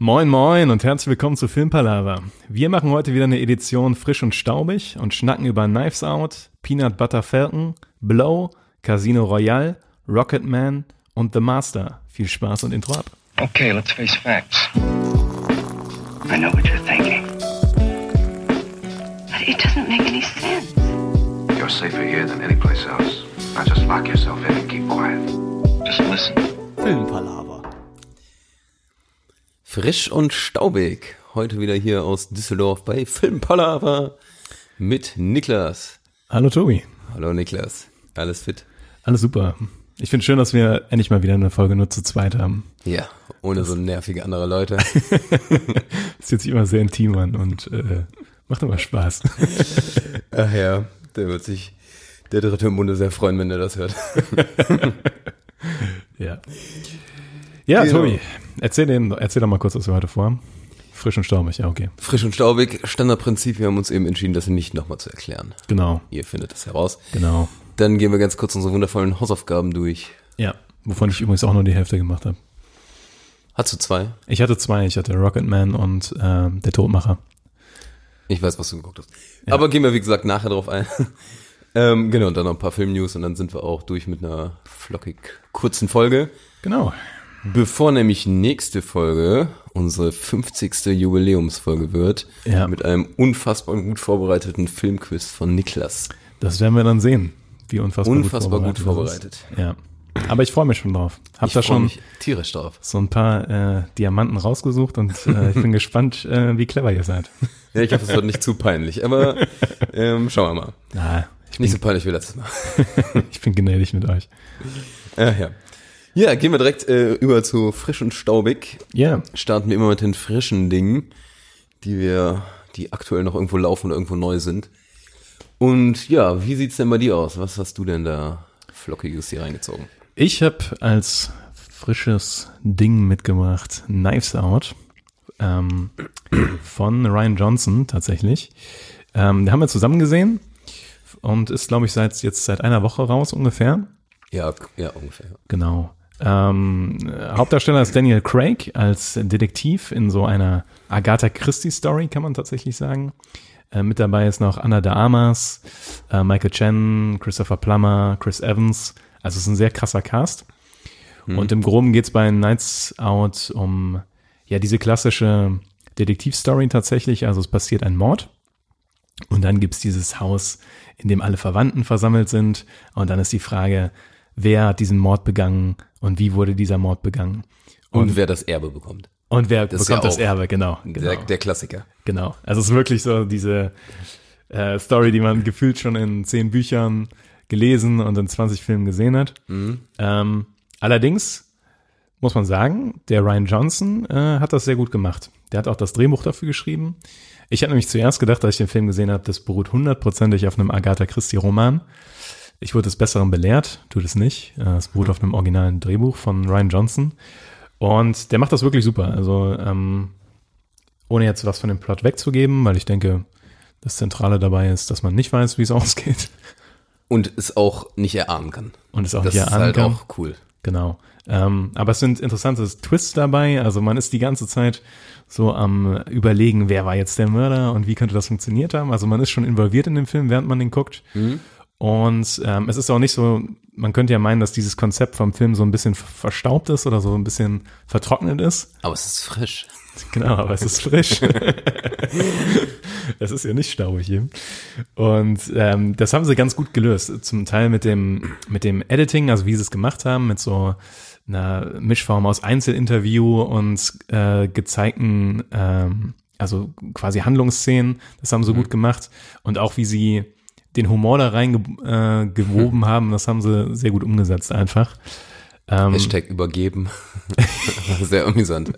Moin moin und herzlich willkommen zu Filmpalava. Wir machen heute wieder eine Edition frisch und staubig und schnacken über Knives Out, Peanut Butter Falcon, Blow, Casino Royale, Rocketman und The Master. Viel Spaß und Intro ab. Okay, let's face facts. I know what you're thinking. But it doesn't make any sense. You're safer here than anyplace else. Now just lock yourself in and keep quiet. Just listen. Filmpalaver. Frisch und staubig. Heute wieder hier aus Düsseldorf bei Filmpalaver mit Niklas. Hallo Tobi. Hallo Niklas. Alles fit? Alles super. Ich finde schön, dass wir endlich mal wieder eine Folge nur zu zweit haben. Ja, ohne so nervige andere Leute. Das zieht sich immer sehr intim an und äh, macht immer Spaß. Ach ja, der wird sich der dritte im Bunde sehr freuen, wenn er das hört. ja. Ja, Genau. Tobi, erzähl, den, erzähl doch mal kurz, was wir heute vorhaben. Frisch und staubig, ja, okay. Frisch und staubig, Standardprinzip. Wir haben uns eben entschieden, das nicht nochmal zu erklären. Genau, Ihr findet das heraus. genau. Dann gehen wir ganz kurz unsere wundervollen Hausaufgaben durch. Ja, wovon ich übrigens auch nur die Hälfte gemacht habe. Hast du zwei? Ich hatte zwei, ich hatte Rocketman und ähm, der Todmacher. Ich weiß, was du geguckt hast. Aber gehen wir, wie gesagt, nachher drauf ein. ähm, genau, und dann noch ein paar Filmnews und dann sind wir auch durch mit einer flockig kurzen Folge. Genau. Bevor nämlich nächste Folge unsere 50. Jubiläumsfolge wird, Ja. mit einem unfassbar gut vorbereiteten Filmquiz von Niklas. Das werden wir dann sehen, wie unfassbar, Unfassbar gut das ist. Ja. Aber ich freue mich schon drauf. Hab da freu schon mich tierisch drauf. so ein paar äh, Diamanten rausgesucht und äh, ich bin gespannt, äh, wie clever ihr seid. Ja, ich hoffe, es wird nicht zu peinlich, aber ähm, schauen wir mal. Na, Ah, ich, Nicht so peinlich wie letztes Mal. ich bin gnädig mit euch. Ja, ja. ja gehen wir direkt äh, über zu frisch und staubig. Ja, starten wir immer mit den frischen Dingen, die wir, die aktuell noch irgendwo laufen oder irgendwo neu sind. Und ja, wie sieht's denn bei dir aus? Was hast du denn da flockiges hier reingezogen? ich habe als frisches Ding mitgemacht Knives Out ähm, von Ryan Johnson tatsächlich. Ähm, den haben wir zusammen gesehen und ist, glaube ich, seit jetzt seit einer Woche raus ungefähr. Ja, k- ja, ungefähr. Genau. Ähm, äh, Hauptdarsteller ist Daniel Craig als Detektiv in so einer Agatha Christie Story, kann man tatsächlich sagen. Äh, mit dabei ist noch Anna de Armas, äh, Michael Chen, Christopher Plummer, Chris Evans. Also es ist ein sehr krasser Cast. Und im Groben geht's bei Nights Out um ja diese klassische Detektivstory tatsächlich. Also es passiert ein Mord. Und dann gibt's dieses Haus, in dem alle Verwandten versammelt sind. Und dann ist die Frage, wer hat diesen Mord begangen und wie wurde dieser Mord begangen? Und wer das Erbe bekommt. Und wer Das ist bekommt ja das auch Erbe? Genau. Der, genau. der Klassiker. Genau. Also es ist wirklich so diese äh, Story, die man gefühlt schon in zehn Büchern gelesen und in 20 Filmen gesehen hat. Ähm, allerdings muss man sagen, der Ryan Johnson äh, hat das sehr gut gemacht. Der hat auch das Drehbuch dafür geschrieben. Ich habe nämlich zuerst gedacht, als ich den Film gesehen habe, das beruht hundertprozentig auf einem Agatha Christie-Roman. Ich wurde des Besseren belehrt, tut es nicht. Äh, Es beruht auf einem originalen Drehbuch von Ryan Johnson. Und der macht das wirklich super. Also ähm, ohne jetzt was von dem Plot wegzugeben, weil ich denke, das Zentrale dabei ist, dass man nicht weiß, wie es ausgeht. Und es auch nicht erahnen kann. Und es auch das nicht ist erahnen halt kann. auch cool. Genau. Ähm, aber es sind interessante Twists dabei. Also man ist die ganze Zeit so am Überlegen, wer war jetzt der Mörder und wie könnte das funktioniert haben. Also man ist schon involviert in den Film, während man den guckt. Mhm. Und ähm, es ist auch nicht so, man könnte ja meinen, dass dieses Konzept vom Film so ein bisschen verstaubt ist oder so ein bisschen vertrocknet ist. Aber es ist frisch. Genau, aber es ist frisch. es ist ja nicht staubig hier. Und ähm, das haben sie ganz gut gelöst. Zum Teil mit dem, mit dem Editing, also wie sie es gemacht haben, mit so einer Mischform aus Einzelinterview und äh, gezeigten, ähm, also quasi Handlungsszenen. Das haben sie gut gemacht. Und auch wie sie den Humor da reingewoben äh, gewoben haben, das haben sie sehr gut umgesetzt einfach. Ähm, Hashtag übergeben. Sehr amüsant.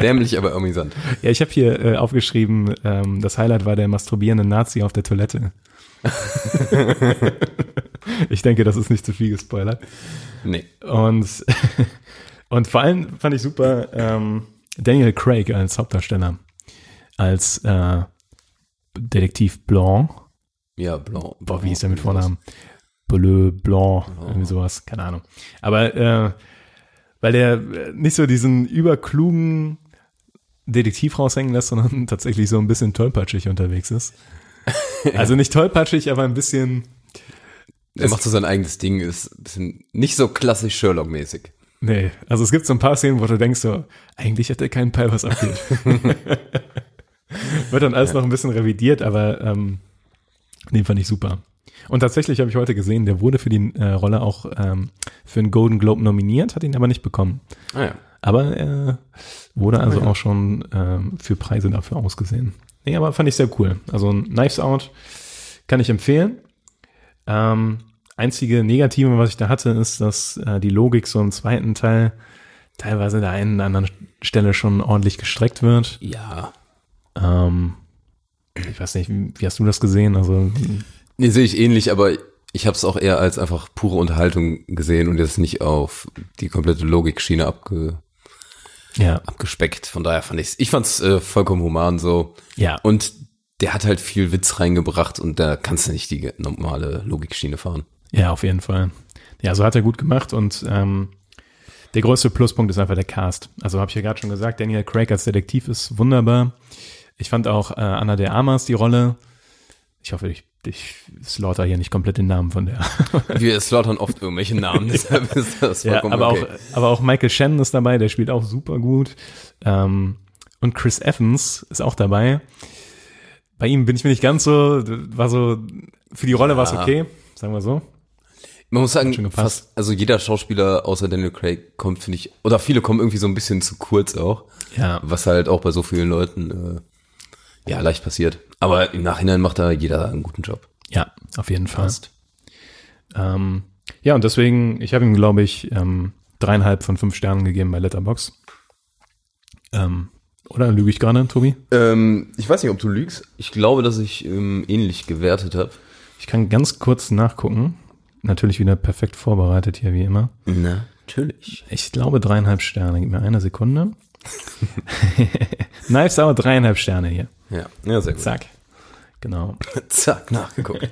Dämlich, aber amüsant. Ja, ich habe hier äh, aufgeschrieben, ähm, das Highlight war der masturbierende Nazi auf der Toilette. ich denke, das ist nicht zu viel gespoilert. Nee. Und, und vor allem fand ich super ähm, Daniel Craig als Hauptdarsteller, als äh, Detektiv Blanc. Ja, blau. Boah, wie Oh. hieß der mit Vornamen? Bleu, Blanc, irgendwie sowas, keine Ahnung. Aber äh, weil der äh, nicht so diesen überklugen Detektiv raushängen lässt, sondern tatsächlich so ein bisschen tollpatschig unterwegs ist. Also nicht tollpatschig, aber ein bisschen, Er macht so sein eigenes Ding, ist ein bisschen nicht so klassisch Sherlock-mäßig. nee. Also es gibt so ein paar Szenen, wo du denkst so, eigentlich hat er keinen Peil, was abgeht. Wird dann alles noch ein bisschen revidiert, aber ähm, den fand ich super. Und tatsächlich habe ich heute gesehen, der wurde für die äh, Rolle auch ähm, für einen Golden Globe nominiert, hat ihn aber nicht bekommen. Ah ja. Aber er wurde also auch schon ähm, für Preise dafür ausgesehen. Nee, aber fand ich sehr cool. Also ein Knives Out kann ich empfehlen. Ähm, einzige Negative, was ich da hatte, ist, dass äh, die Logik so im zweiten Teil teilweise an der einen oder anderen Stelle schon ordentlich gestreckt wird. Ja. Ähm, ich weiß nicht, wie, wie hast du das gesehen? Also Nee, sehe ich ähnlich, aber ich habe es auch eher als einfach pure Unterhaltung gesehen und jetzt nicht auf die komplette Logikschiene abge ja, abgespeckt. Von daher fand ich's, ich fand's äh, vollkommen human so. ja. Und Und der hat halt viel Witz reingebracht und da kannst du nicht die normale Logikschiene fahren. ja, auf jeden Fall. Ja, so hat er gut gemacht und ähm, der größte Pluspunkt ist einfach der Cast. Also habe ich ja gerade schon gesagt, Daniel Craig als Detektiv ist wunderbar. Ich fand auch äh, Anna de Armas die Rolle. Ich hoffe, ich, ich slaughter hier nicht komplett den Namen von der. Wir slaughtern oft irgendwelche Namen, deshalb ist das Ja, vollkommen aber, okay. auch, aber auch Michael Shannon ist dabei, der spielt auch super gut. Ähm, und Chris Evans ist auch dabei. Bei ihm bin ich mir nicht ganz so, war so, für die Rolle war es okay, sagen wir so. Man muss schon sagen, gepasst. fast, also jeder Schauspieler außer Daniel Craig kommt, finde ich, oder viele kommen irgendwie so ein bisschen zu kurz auch, Ja. was halt auch bei so vielen Leuten äh, ja leicht passiert. Aber im Nachhinein macht da jeder einen guten Job. Ja, auf jeden Fall. Ähm, ja, und deswegen, ich habe ihm, glaube ich, ähm, dreieinhalb von fünf Sternen gegeben bei Letterbox. Ähm, oder lüge ich gerade, Tobi? Ähm, ich weiß nicht, ob du lügst. Ich glaube, dass ich ähm, ähnlich gewertet habe. Ich kann ganz kurz nachgucken. Natürlich wieder perfekt vorbereitet hier, wie immer. Natürlich. Ich glaube dreieinhalb Sterne. Gib mir eine Sekunde. Knives Out, dreieinhalb Sterne hier. Ja, ja sehr gut. Zack. Genau. Zack, nachgeguckt.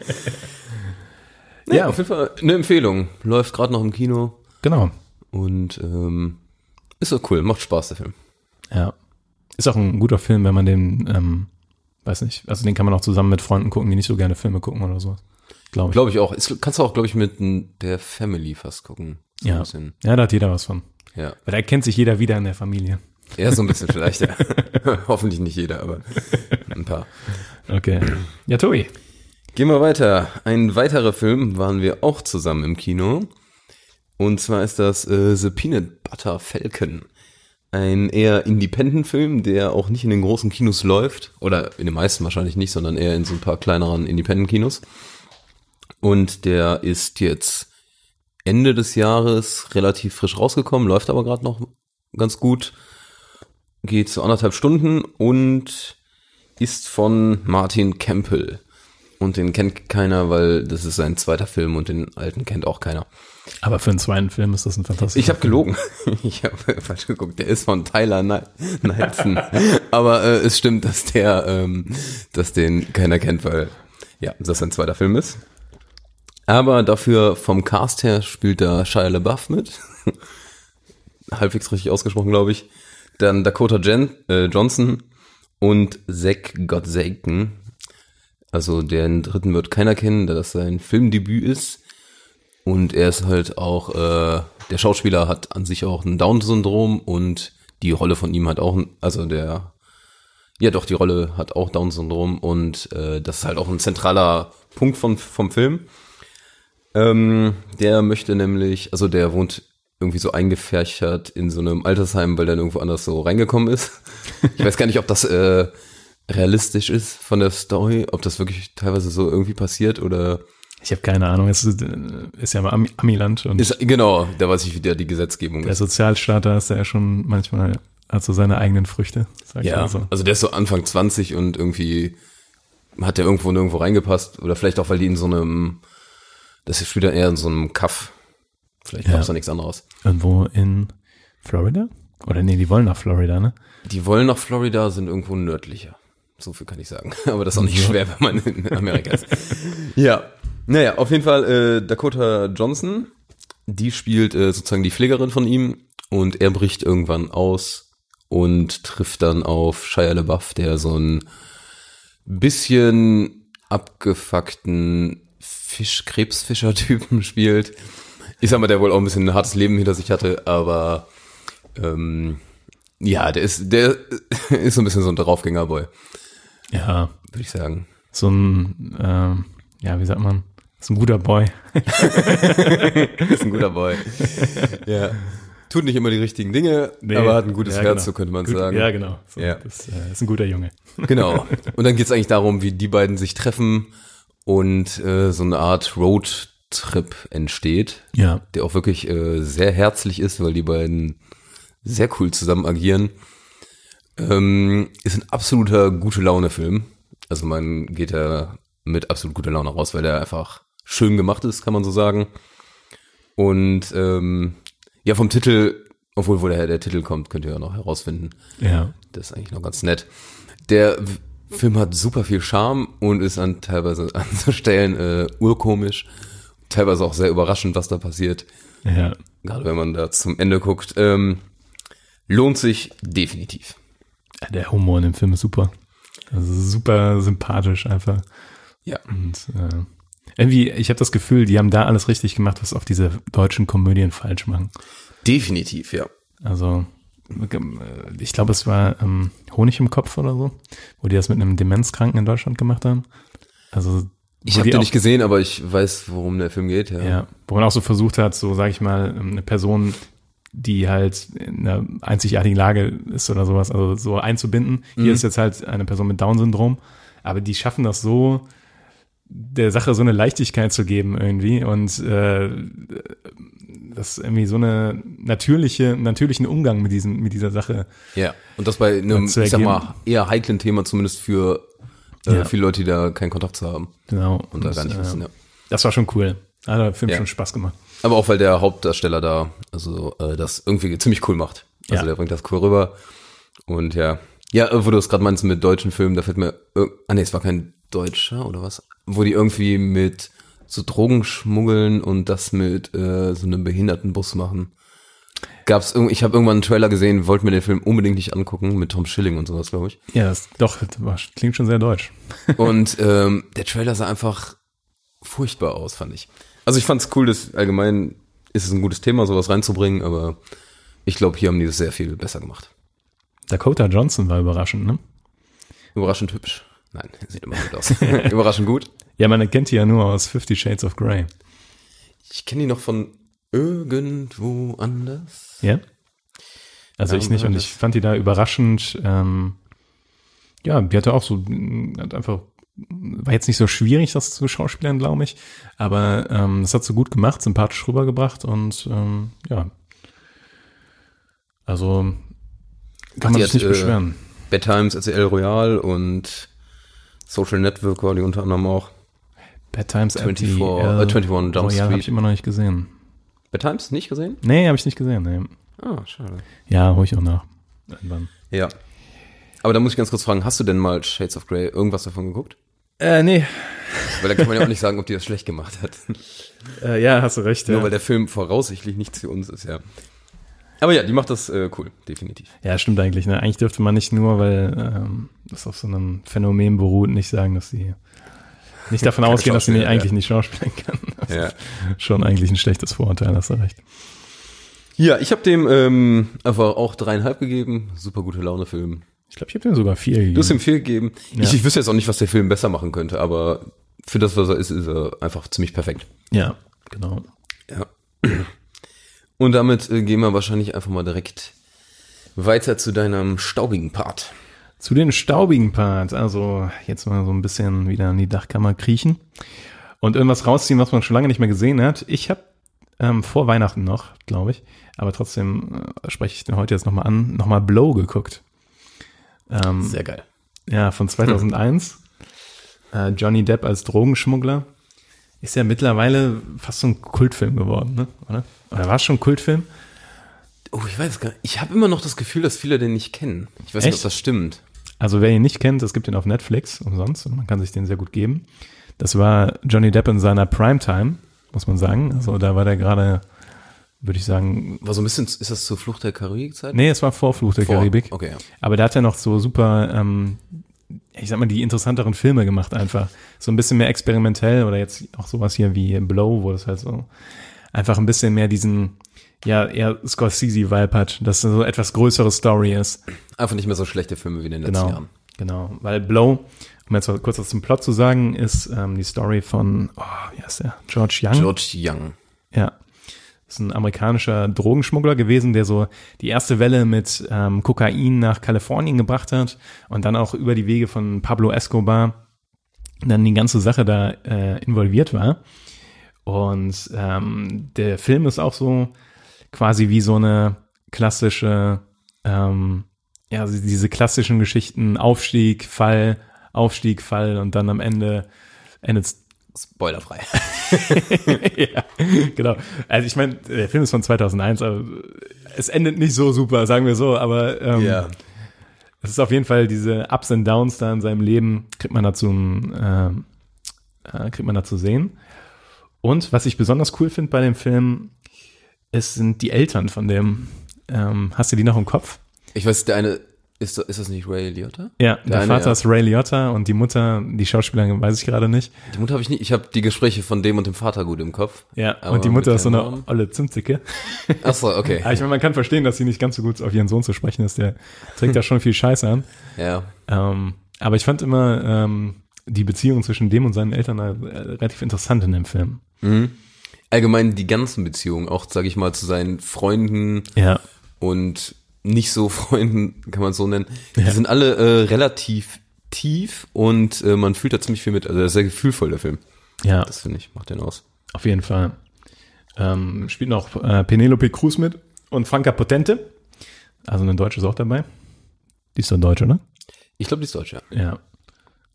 nee, ja, auf jeden Fall eine Empfehlung. Läuft gerade noch im Kino Genau. und ähm, ist doch cool, macht Spaß, der Film. Ja. Ist auch ein guter Film, wenn man den, ähm, weiß nicht, also den kann man auch zusammen mit Freunden gucken, die nicht so gerne Filme gucken oder so. Glaube ich. Glaube ich auch. Ist, kannst du auch, glaube ich, mit n- der Family fast gucken. So Ein ja. bisschen. ja, da hat jeder was von. Ja. Weil da kennt sich jeder wieder in der Familie. ja, so ein bisschen vielleicht, ja. Hoffentlich nicht jeder, aber ein paar. Okay. Ja, Tobi. Gehen wir weiter. Ein weiterer Film waren wir auch zusammen im Kino. Und zwar ist das äh, The Peanut Butter Falcon. Ein eher Independent-Film, der auch nicht in den großen Kinos läuft. Oder in den meisten wahrscheinlich nicht, sondern eher in so ein paar kleineren Independent-Kinos. Und der ist jetzt Ende des Jahres relativ frisch rausgekommen, läuft aber gerade noch ganz gut. Geht so anderthalb Stunden und ist von Martin Campbell. Und den kennt keiner, weil das ist sein zweiter Film und den alten kennt auch keiner. Aber für einen zweiten Film ist das ein fantastischer Ich habe gelogen. Ich habe falsch geguckt. Der ist von Tyler Kni- Knightson. Aber äh, es stimmt, dass der, ähm, dass den keiner kennt, weil ja, das sein zweiter Film ist. Aber dafür vom Cast her spielt da Shia LaBeouf mit. Halbwegs richtig ausgesprochen, glaube ich. Dann Dakota Jen, äh, Johnson und Zack Godzaken. Also den dritten wird keiner kennen, da das sein Filmdebüt ist. Und er ist halt auch, äh, der Schauspieler hat an sich auch ein Down-Syndrom und die Rolle von ihm hat auch, ein- also der, ja doch, die Rolle hat auch Down-Syndrom und äh, das ist halt auch ein zentraler Punkt von, vom Film. Ähm, der möchte nämlich, also der wohnt irgendwie so eingefärchert in so einem Altersheim, weil dann irgendwo anders so reingekommen ist. Ich weiß gar nicht, ob das äh, realistisch ist von der Story, ob das wirklich teilweise so irgendwie passiert oder Ich habe keine Ahnung. Es ist, äh, ist ja mal Ami Amiland und ist, genau, da weiß ich wieder die Gesetzgebung. der Sozialstaat, da ist er ja schon manchmal, also seine eigenen Früchte. Sag ich Ja, mal so. also der ist so Anfang 20 und irgendwie hat der irgendwo nirgendwo reingepasst. Oder vielleicht auch, weil die in so einem, das ist wieder eher in so einem Kaff. Vielleicht gab's da nichts anderes. Irgendwo in Florida? Oder nee, die wollen nach Florida, ne? Die wollen nach Florida, sind irgendwo nördlicher. So viel kann ich sagen. Aber das ist auch nicht schwer, wenn man in Amerika ist. ja. Naja, auf jeden Fall äh, Dakota Johnson, die spielt äh, sozusagen die Pflegerin von ihm und er bricht irgendwann aus und trifft dann auf Shia LaBeouf, der so ein bisschen abgefuckten Fisch, Krebsfischer-Typen spielt. Ich sag mal, der wohl auch ein bisschen ein hartes Leben hinter sich hatte, aber ähm, ja, der ist, der ist so ein bisschen so ein Draufgängerboy, Ja, würde ich sagen. so ein, ähm, ja, wie sagt man, ist ein guter Boy. Ist ein guter Boy. ja. Tut nicht immer die richtigen Dinge, aber hat ein gutes Ja, genau. Herz, so könnte man Gut- sagen. Ja, genau. So, Ja. Das äh, ist ein guter Junge. Genau. Und dann geht's eigentlich darum, wie die beiden sich treffen und äh, so eine Art Roadtrip entsteht, Ja. der auch wirklich äh, sehr herzlich ist, weil die beiden sehr cool zusammen agieren. Ähm, ist ein absoluter gute Laune-Film. Also man geht da mit absolut guter Laune raus, weil der einfach schön gemacht ist, kann man so sagen. Und ähm, ja, vom Titel, obwohl woher der Titel kommt, könnt ihr ja noch herausfinden. Ja. Das ist eigentlich noch ganz nett. Der W- Film hat super viel Charme und ist an teilweise an so Stellen äh, urkomisch, teilweise auch sehr überraschend, was da passiert. Ja. Gerade wenn man da zum Ende guckt. Ähm, lohnt sich definitiv. Der Humor in dem Film ist super. Also super sympathisch einfach. Ja. Und äh, irgendwie, ich habe das Gefühl, die haben da alles richtig gemacht, was auf diese deutschen Komödien falsch machen. Definitiv, ja. Also äh, ich glaube, es war ähm, Honig im Kopf oder so, wo die das mit einem Demenzkranken in Deutschland gemacht haben. Also Ich wo habe die den auch- nicht gesehen, aber ich weiß, worum der Film geht. Ja. Ja, wo man auch so versucht hat, so sage ich mal, ähm, eine Person, die halt in einer einzigartigen Lage ist oder sowas, also so einzubinden. Mhm. Hier ist jetzt halt eine Person mit Down-Syndrom, aber die schaffen das so, der Sache so eine Leichtigkeit zu geben irgendwie und äh, das irgendwie so eine natürliche, natürlichen Umgang mit diesem, mit dieser Sache. Ja. Und das bei einem, Zu ich sag ergeben. mal, eher heiklen Thema, zumindest für äh, Ja. viele Leute, die da keinen Kontakt zu haben. Genau. Und da gar nicht äh, wissen, ja. Das war schon cool. Hat der Film Ja. schon Spaß gemacht. Aber auch weil der Hauptdarsteller da, also äh, das irgendwie ziemlich cool macht. Also Ja. der bringt das cool rüber. Und ja. Ja, äh, wo du es gerade meinst mit deutschen Filmen, da fällt mir. ir- Ah nee, es war kein Deutscher oder was? Wo die irgendwie mit so Drogen schmuggeln und das mit äh, so einem Behindertenbus machen. Gab's irgend, ich habe irgendwann einen Trailer gesehen, wollte mir den Film unbedingt nicht angucken, mit Tom Schilling und sowas, glaube ich. Ja, das, doch, das war, klingt schon sehr deutsch. Und ähm, der Trailer sah einfach furchtbar aus, fand ich. Also ich fand's cool, dass allgemein ist es ein gutes Thema, sowas reinzubringen, aber ich glaube, hier haben die das sehr viel besser gemacht. Dakota Johnson war überraschend, ne? Überraschend hübsch. Nein, sieht immer gut aus. Überraschend gut. Ja, man kennt die ja nur aus Fifty Shades of Grey. Ich kenne die noch von irgendwo anders. Ja? Also Ja, ich nicht. Und das- ich fand die da überraschend. Ähm, ja, die hatte auch so, mm, hat einfach, war jetzt nicht so schwierig, das zu schauspielern, glaube ich. Aber ähm, das hat sie gut gemacht, sympathisch rübergebracht und ähm, ja. Also kann man die sich hat, nicht äh, beschweren. Bad Times, RTL Royal und Social Network war die unter anderem auch. Bad Times 24, RTL, äh, 21 Jump Royal habe Street. ich immer noch nicht gesehen. Bad Times nicht gesehen? Nee, habe ich nicht gesehen. Nee. Ah, schade. Ja, hol ich auch nach. Irgendwann. Ja. Aber da muss ich ganz kurz fragen, hast du denn mal Shades of Grey irgendwas davon geguckt? Äh, nee. Weil da kann man ja auch nicht sagen, ob die das schlecht gemacht hat. Äh, ja, hast du recht. Nur ja. weil der Film voraussichtlich nichts für uns ist, ja. Aber ja, die macht das äh, cool, definitiv. Ja, stimmt eigentlich. Ne? Eigentlich dürfte man nicht nur, weil ähm, das auf so einem Phänomen beruht, nicht sagen, dass sie nicht davon ausgehen, dass sie nicht, Schauspieler, eigentlich ja. nicht schauspielen kann. Das Ja, ist schon eigentlich ein schlechtes Vorurteil, hast du recht. ja ich habe dem ähm, einfach auch dreieinhalb gegeben. Super gute Laune-Film. Ich glaube, ich habe dem sogar vier gegeben. Du hast ihm vier gegeben. Mhm. Ja. Ich, ich wüsste jetzt auch nicht, was der Film besser machen könnte, aber für das, was er ist, ist er einfach ziemlich perfekt. ja, genau. Ja. Und damit äh, gehen wir wahrscheinlich einfach mal direkt weiter zu deinem staubigen Part. Zu den staubigen Parts. Also jetzt mal so ein bisschen wieder in die Dachkammer kriechen und irgendwas rausziehen, was man schon lange nicht mehr gesehen hat. Ich habe ähm, vor Weihnachten noch, glaube ich, aber trotzdem äh, spreche ich den heute jetzt nochmal an, nochmal Blow geguckt. Ähm, Sehr geil. Ja, von 2001. Äh, Johnny Depp als Drogenschmuggler. Ist ja mittlerweile fast so ein Kultfilm geworden, ne? oder? Oder war es schon ein Kultfilm? Oh, ich weiß gar nicht. Ich habe immer noch das Gefühl, dass viele den nicht kennen. Ich weiß nicht, ob Echt? das stimmt. Also wer ihn nicht kennt, es gibt ihn auf Netflix umsonst und man kann sich den sehr gut geben. Das war Johnny Depp in seiner Primetime, muss man sagen. Also da war der gerade würde ich sagen. War so ein bisschen, ist das zur Flucht der Karibik-Zeit? Nee, es war vor Fluch der Vor- Karibik. okay, ja. Aber da hat er noch so super, ähm, ich sag mal, die interessanteren Filme gemacht einfach. So ein bisschen mehr experimentell oder jetzt auch sowas hier wie Blow, wo das halt so einfach ein bisschen mehr diesen, ja, eher Scorsese-Vibe hat, dass so etwas größere Story ist. Einfach nicht mehr so schlechte Filme wie in den letzten Genau, Jahren. genau. Weil Blow, um jetzt mal kurz was zum Plot zu sagen, ist ähm, die Story von, oh, wie heißt der? George Young. George Young. Ja. Ist ein amerikanischer Drogenschmuggler gewesen, der so die erste Welle mit ähm, Kokain nach Kalifornien gebracht hat und dann auch über die Wege von Pablo Escobar dann die ganze Sache da äh, involviert war. Und ähm, der Film ist auch so quasi wie so eine klassische, ähm, ja, diese klassischen Geschichten, Aufstieg, Fall, Aufstieg, Fall und dann am Ende endet Spoilerfrei. ja, genau. Also ich meine, der Film ist von 2001, aber es endet nicht so super, sagen wir so, aber ähm, es ist auf jeden Fall diese Ups and Downs da in seinem Leben, kriegt man dazu, ähm, äh, kriegt man dazu sehen. Und was ich besonders cool finde bei dem Film, es sind die Eltern von dem. Ähm, hast du die noch im Kopf? Ich weiß, der eine, ist, ist das nicht Ray Liotta? Ja, der, eine, Vater ja. ist Ray Liotta und die Mutter, die Schauspielerin weiß ich gerade nicht. Die Mutter habe ich nicht, ich habe die Gespräche von dem und dem Vater gut im Kopf. Ja, Aber und die Mutter mit ist so der eine Mom- olle Zimtzicke. Achso, Aber okay. Ah, ich meine, man kann verstehen, dass sie nicht ganz so gut auf ihren Sohn zu sprechen ist. Der trägt da schon viel Scheiße an. ja. Ähm, aber ich fand immer ähm, die Beziehung zwischen dem und seinen Eltern äh, relativ interessant in dem Film. Allgemein die ganzen Beziehungen, auch, sage ich mal, zu seinen Freunden Ja. und nicht so Freunden, kann man es so nennen. Die sind alle äh, relativ tief und äh, man fühlt da ziemlich viel mit. Also, das ist sehr gefühlvoll, der Film. Ja, Das finde ich, macht den aus. auf jeden Fall. Ähm, spielt noch äh, Penelope Cruz mit und Franka Potente. Also eine Deutsche ist auch dabei. Die ist doch Deutsche, ne? Ich glaube, die ist deutsch, ja. Ja.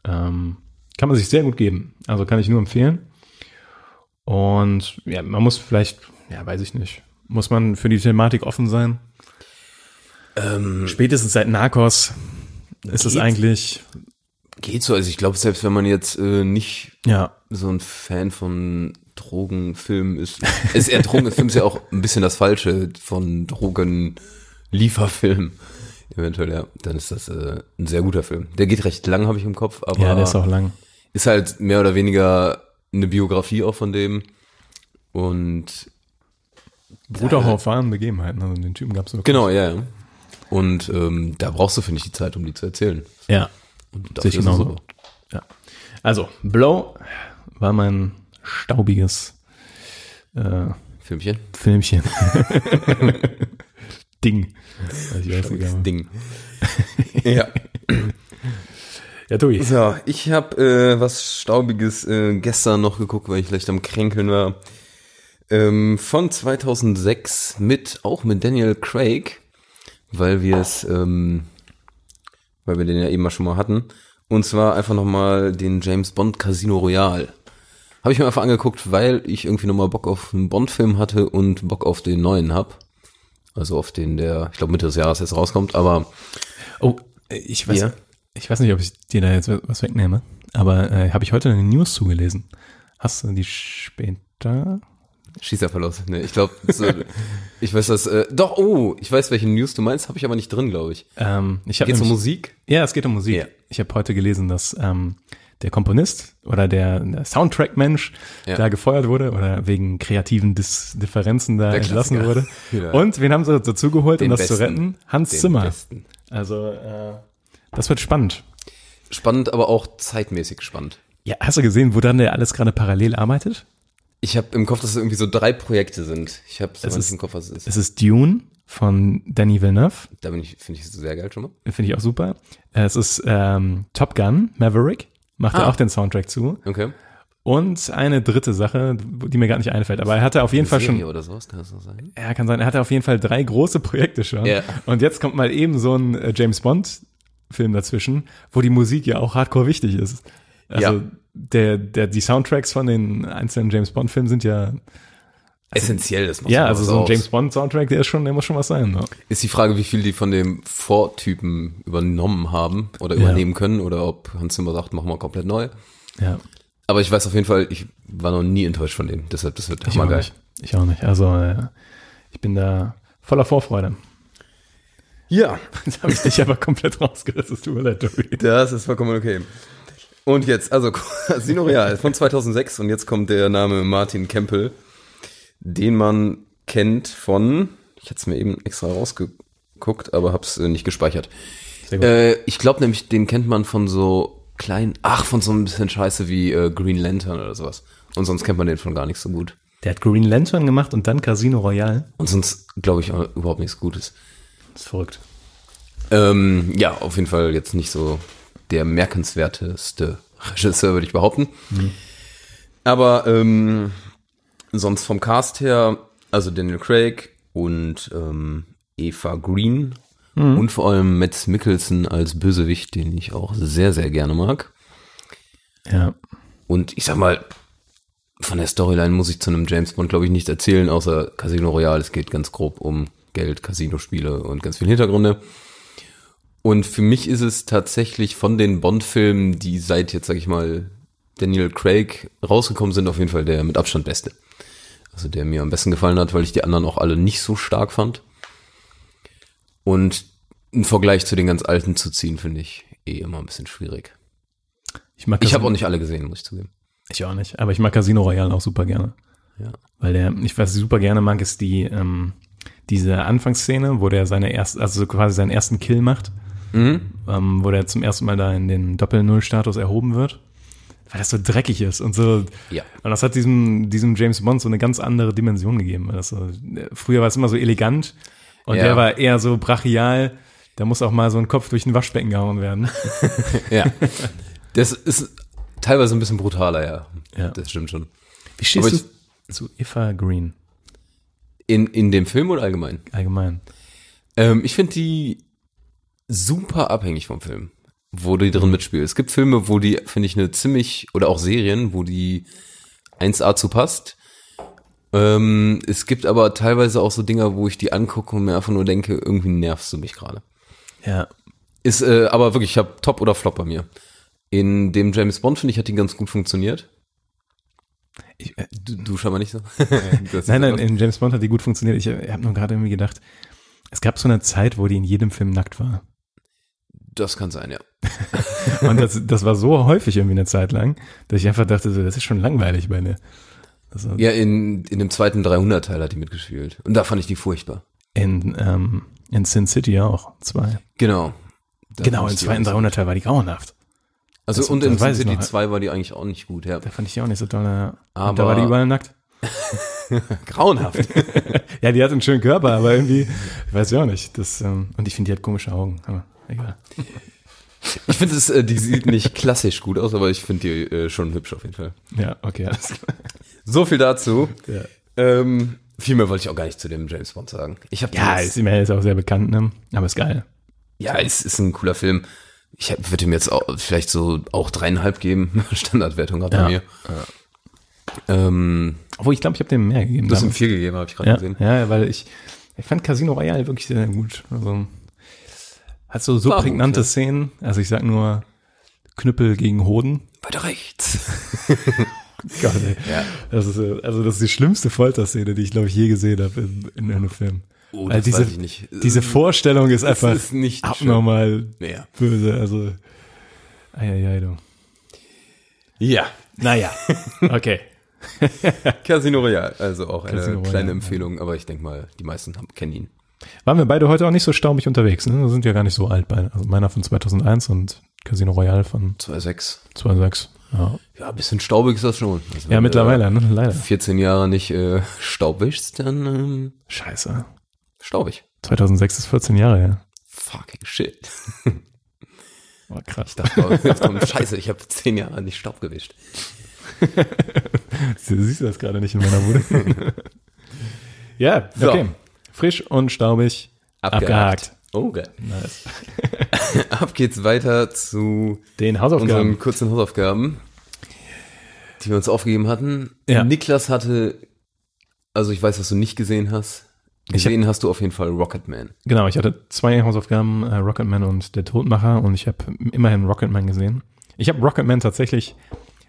Ähm, kann man sich sehr gut geben. Also kann ich nur empfehlen. Und ja, man muss vielleicht, ja, weiß ich nicht, muss man für die Thematik offen sein. Ähm, Spätestens seit Narcos ist es Geht's? eigentlich, Geht so. Also, ich glaube, selbst wenn man jetzt äh, nicht ja, so ein Fan von Drogenfilmen ist. Ist eher Drogenfilm ist ja auch ein bisschen das Falsche von Drogenlieferfilm. Eventuell, ja. Dann ist das äh, ein sehr guter Film. Der geht recht lang, habe ich im Kopf, aber ja, der ist auch lang. ist halt mehr oder weniger eine Biografie auch von dem. Und Beruht auch auf wahren Begebenheiten. Also den Typen gab's so. genau, ja, ja. Und ähm, da brauchst du, finde ich, die Zeit, um die zu erzählen. Ja. Und Sehe ich ist es genauso. ja. Also, Blow war mein staubiges äh, Filmchen. Filmchen. Ding. Ich weiß nicht, aber- Ding. ja. Ja, Tobi. So, ich habe äh, was Staubiges äh, gestern noch geguckt, weil ich leicht am Kränkeln war. Ähm, von 2006 mit, auch mit Daniel Craig, weil wir es, ähm, weil wir den ja eben mal schon mal hatten. Und zwar einfach nochmal den James Bond Casino Royale. Habe ich mir einfach angeguckt, weil ich irgendwie nochmal Bock auf einen Bond-Film hatte und Bock auf den neuen hab. Also auf den, der, ich glaube Mitte des Jahres jetzt rauskommt, aber Oh, ich weiß, Ja. ich weiß nicht, ob ich dir da jetzt was wegnehme, aber äh, habe ich heute eine News zugelesen. Hast du die später? Schieß einfach los. Nee, ich glaube, so, ich weiß das. Äh, doch, oh, ich weiß, welche News du meinst, habe ich aber nicht drin, glaube ich. Ähm, ich hab Geht's um nämlich- Musik? Ja, es geht um Musik. Ja. Ich habe heute gelesen, dass ähm, der Komponist oder der, der Soundtrack-Mensch Ja. da gefeuert wurde oder wegen kreativen Dis Differenzen da Der entlassen Klassiker. wurde. Ja. Und wen haben sie dazu geholt, um Den das zu Besten. retten? Hans Den Zimmer. Besten. Also äh, das wird spannend. Spannend, aber auch zeitmäßig spannend. Ja, hast du gesehen, wo dann der alles gerade parallel arbeitet? Ich habe im Kopf, dass es irgendwie so drei Projekte sind. Ich habe so Es nicht ist- im Kopf, was es ist. Es ist Dune von Danny Villeneuve. Da bin ich, finde ich sehr geil schon mal. Finde ich auch super. Es ist ähm, Top Gun, Maverick, macht er Ah. auch den Soundtrack zu. Okay. Und eine dritte Sache, die mir gar nicht einfällt, aber er hatte auf jeden Fall Serie schon, oder sowas, kann das noch sein? ja, kann sein, er hatte auf jeden Fall drei große Projekte schon. Ja. Und jetzt kommt mal eben so ein äh, James Bond Film dazwischen, wo die Musik ja auch hardcore wichtig ist. Also Ja. der, der, die Soundtracks von den einzelnen James Bond Filmen sind ja, Essentiell, das macht ja, schon also was so ein aus. James Bond Soundtrack, der ist schon, der muss schon was sein. Ne? Ist die Frage, wie viel die von dem Vortypen übernommen haben oder übernehmen können oder ob Hans Zimmer sagt, machen wir komplett neu. Ja. Aber ich weiß auf jeden Fall, ich war noch nie enttäuscht von dem. Deshalb, das wird Ich auch hammergeil. nicht. Ich auch nicht. Also äh, Ich bin da voller Vorfreude. Ja, Jetzt habe ich dich aber komplett rausgerissen. Es tut mir leid, Tobi. das ist vollkommen okay. Und jetzt, also Casino Real von 2006 und jetzt kommt der Name Martin Kempel, den man kennt von, ich hatte es mir eben extra rausgeguckt, aber hab's äh, nicht gespeichert. gut. Äh, ich glaube nämlich, den kennt man von so kleinen, ach, von so ein bisschen Scheiße wie äh, Green Lantern oder sowas. Und sonst kennt man den von gar nicht so gut. Der hat Green Lantern gemacht und dann Casino Royale. Und sonst glaube ich auch überhaupt nichts Gutes. Das ist verrückt. Ähm, ja, auf jeden Fall jetzt nicht so der merkenswerteste Regisseur, würde ich behaupten. Aber ähm, sonst vom Cast her, also Daniel Craig und ähm, Eva Green und vor allem Mads Mikkelsen als Bösewicht, den ich auch sehr, sehr gerne mag. Ja. Und ich sag mal, von der Storyline muss ich zu einem James Bond, glaube ich, nicht erzählen, außer Casino Royale. Es geht ganz grob um Geld, Casino-Spiele und ganz viele Hintergründe. Und für mich ist es tatsächlich von den Bond-Filmen, die seit jetzt, sag ich mal, Daniel Craig rausgekommen sind, auf jeden Fall der mit Abstand beste. Also der mir am besten gefallen hat, weil ich die anderen auch alle nicht so stark fand. Und einen Vergleich zu den ganz alten zu ziehen, finde ich eh immer ein bisschen schwierig. Ich mag Ich Casino- habe auch nicht alle gesehen, muss ich zugeben. Ich auch nicht. Aber ich mag Casino Royale auch super gerne. Ja. Weil der, ich was ich super gerne mag, ist die, ähm, diese Anfangsszene, wo der seine erste, also quasi seinen ersten Kill macht. Ähm, wo der zum ersten Mal da in den Doppel-Null-Status erhoben wird. Weil das so dreckig ist und so. Ja. Und das hat diesem, diesem James Bond so eine ganz andere Dimension gegeben. Weil das so, früher war es immer so elegant und Ja. der war eher so brachial. Da muss auch mal so ein Kopf durch ein Waschbecken gehauen werden. Ja. Das ist teilweise ein bisschen brutaler, ja. Ja. Das stimmt schon. Wie Aber ich- stehst du zu Eva Green In, in dem Film oder allgemein? allgemein? Ähm, ich finde die super abhängig vom Film, wo die drin mitspielt. Es gibt Filme, wo die, finde ich, eine ziemlich, oder auch Serien, wo die 1A zu passt. Ähm, es gibt aber teilweise auch so Dinger, wo ich die angucke und mir einfach nur denke, irgendwie nervst du mich gerade. Ja. Ist äh, aber wirklich, ich habe Top oder Flop bei mir. In dem James Bond, finde ich, hat die ganz gut funktioniert. Ich, äh, Du, du scheinbar nicht so. Nein, nein, in James Bond hat die gut funktioniert. Ich habe nur gerade irgendwie gedacht, es gab so eine Zeit, wo die in jedem Film nackt war. Das kann sein, ja. Und das, das war so häufig irgendwie eine Zeit lang, dass ich einfach dachte, so, das ist schon langweilig bei der. Also Ja, in, in dem zweiten 300-Teil hat die mitgespielt. Und da fand ich die furchtbar. in, ähm, in Sin City auch zwei. Genau. Da genau, fand im ich die zweiten auch nicht- 300 Teil war die grauenhaft. Also, das- und das in Sin weiß ich City noch. 2 war die eigentlich auch nicht gut, ja. Da fand ich die auch nicht so toll. ja. Aber- Und da war die überall nackt. Grauenhaft. Ja, die hat einen schönen Körper, aber irgendwie, ich weiß ja auch nicht. Das, ähm, und ich finde, die hat komische Augen. Aber egal. ich finde, es, äh, die sieht nicht klassisch gut aus, aber ich finde die äh, schon hübsch auf jeden Fall. Ja, okay, alles klar. So viel dazu. Ja. Ähm, viel mehr wollte ich auch gar nicht zu dem James Bond sagen. Ich habe Ja, dieses- ist, immerhin ist auch sehr bekannt, ne? Aber ist geil. Ja, es ist ein cooler Film. Ich hab- würde ihm jetzt auch, vielleicht so auch dreieinhalb geben. Standardwertung hat er Ja. mir. Ähm, Obwohl, ich glaube, ich habe dem mehr gegeben. du hast ihm damals. vier gegeben, habe ich gerade Ja, gesehen. ja, weil ich, ich fand Casino Royale wirklich sehr gut. Also, hat so, so War gut, prägnante ja. Szenen. Also ich sag nur Knüppel gegen Hoden. Weiter rechts. Gott, ey. Ja. Das ist, äh, also das ist die schlimmste Folterszene, die ich glaube ich je gesehen habe in, in einem Film. Oh, Weil das diese, weiß ich nicht. Diese Vorstellung ist einfach ist nicht abnormal Ja. böse. Also, eieiei, du. Ja. Naja, okay. Casino Royale, also auch eine Casino Royale, kleine ja. Empfehlung, aber ich denke mal, die meisten haben, kennen ihn. Waren wir beide heute auch nicht so staubig unterwegs, ne? Wir sind ja gar nicht so alt beide. Also meiner von 2001 und Casino Royale von 2,6. 2006. Ja. Ja, ein bisschen staubig ist das schon. Also, Ja, wenn, mittlerweile, ne? Leider. Äh, 14 Jahre nicht äh, Staub wischst, dann ähm, Scheiße. staubig. 2006 ist 14 Jahre her. Fucking shit. Oh, krass. Scheiße, ich habe 10 Jahre nicht Staub gewischt. Siehst du das gerade nicht in meiner Bude? ja, So. okay. Frisch und staubig. Abgehakt. Oh, geil. Nice. Ab geht's weiter zu Den unseren Hausaufgaben. kurzen Hausaufgaben, die wir uns aufgegeben hatten. Ja. Niklas hatte, also ich weiß, dass du nicht gesehen hast. Gesehen hast du auf jeden Fall Rocketman. Genau, ich hatte zwei Hausaufgaben, äh, Rocketman und der Todmacher und ich habe immerhin Rocketman gesehen. Ich habe Rocketman tatsächlich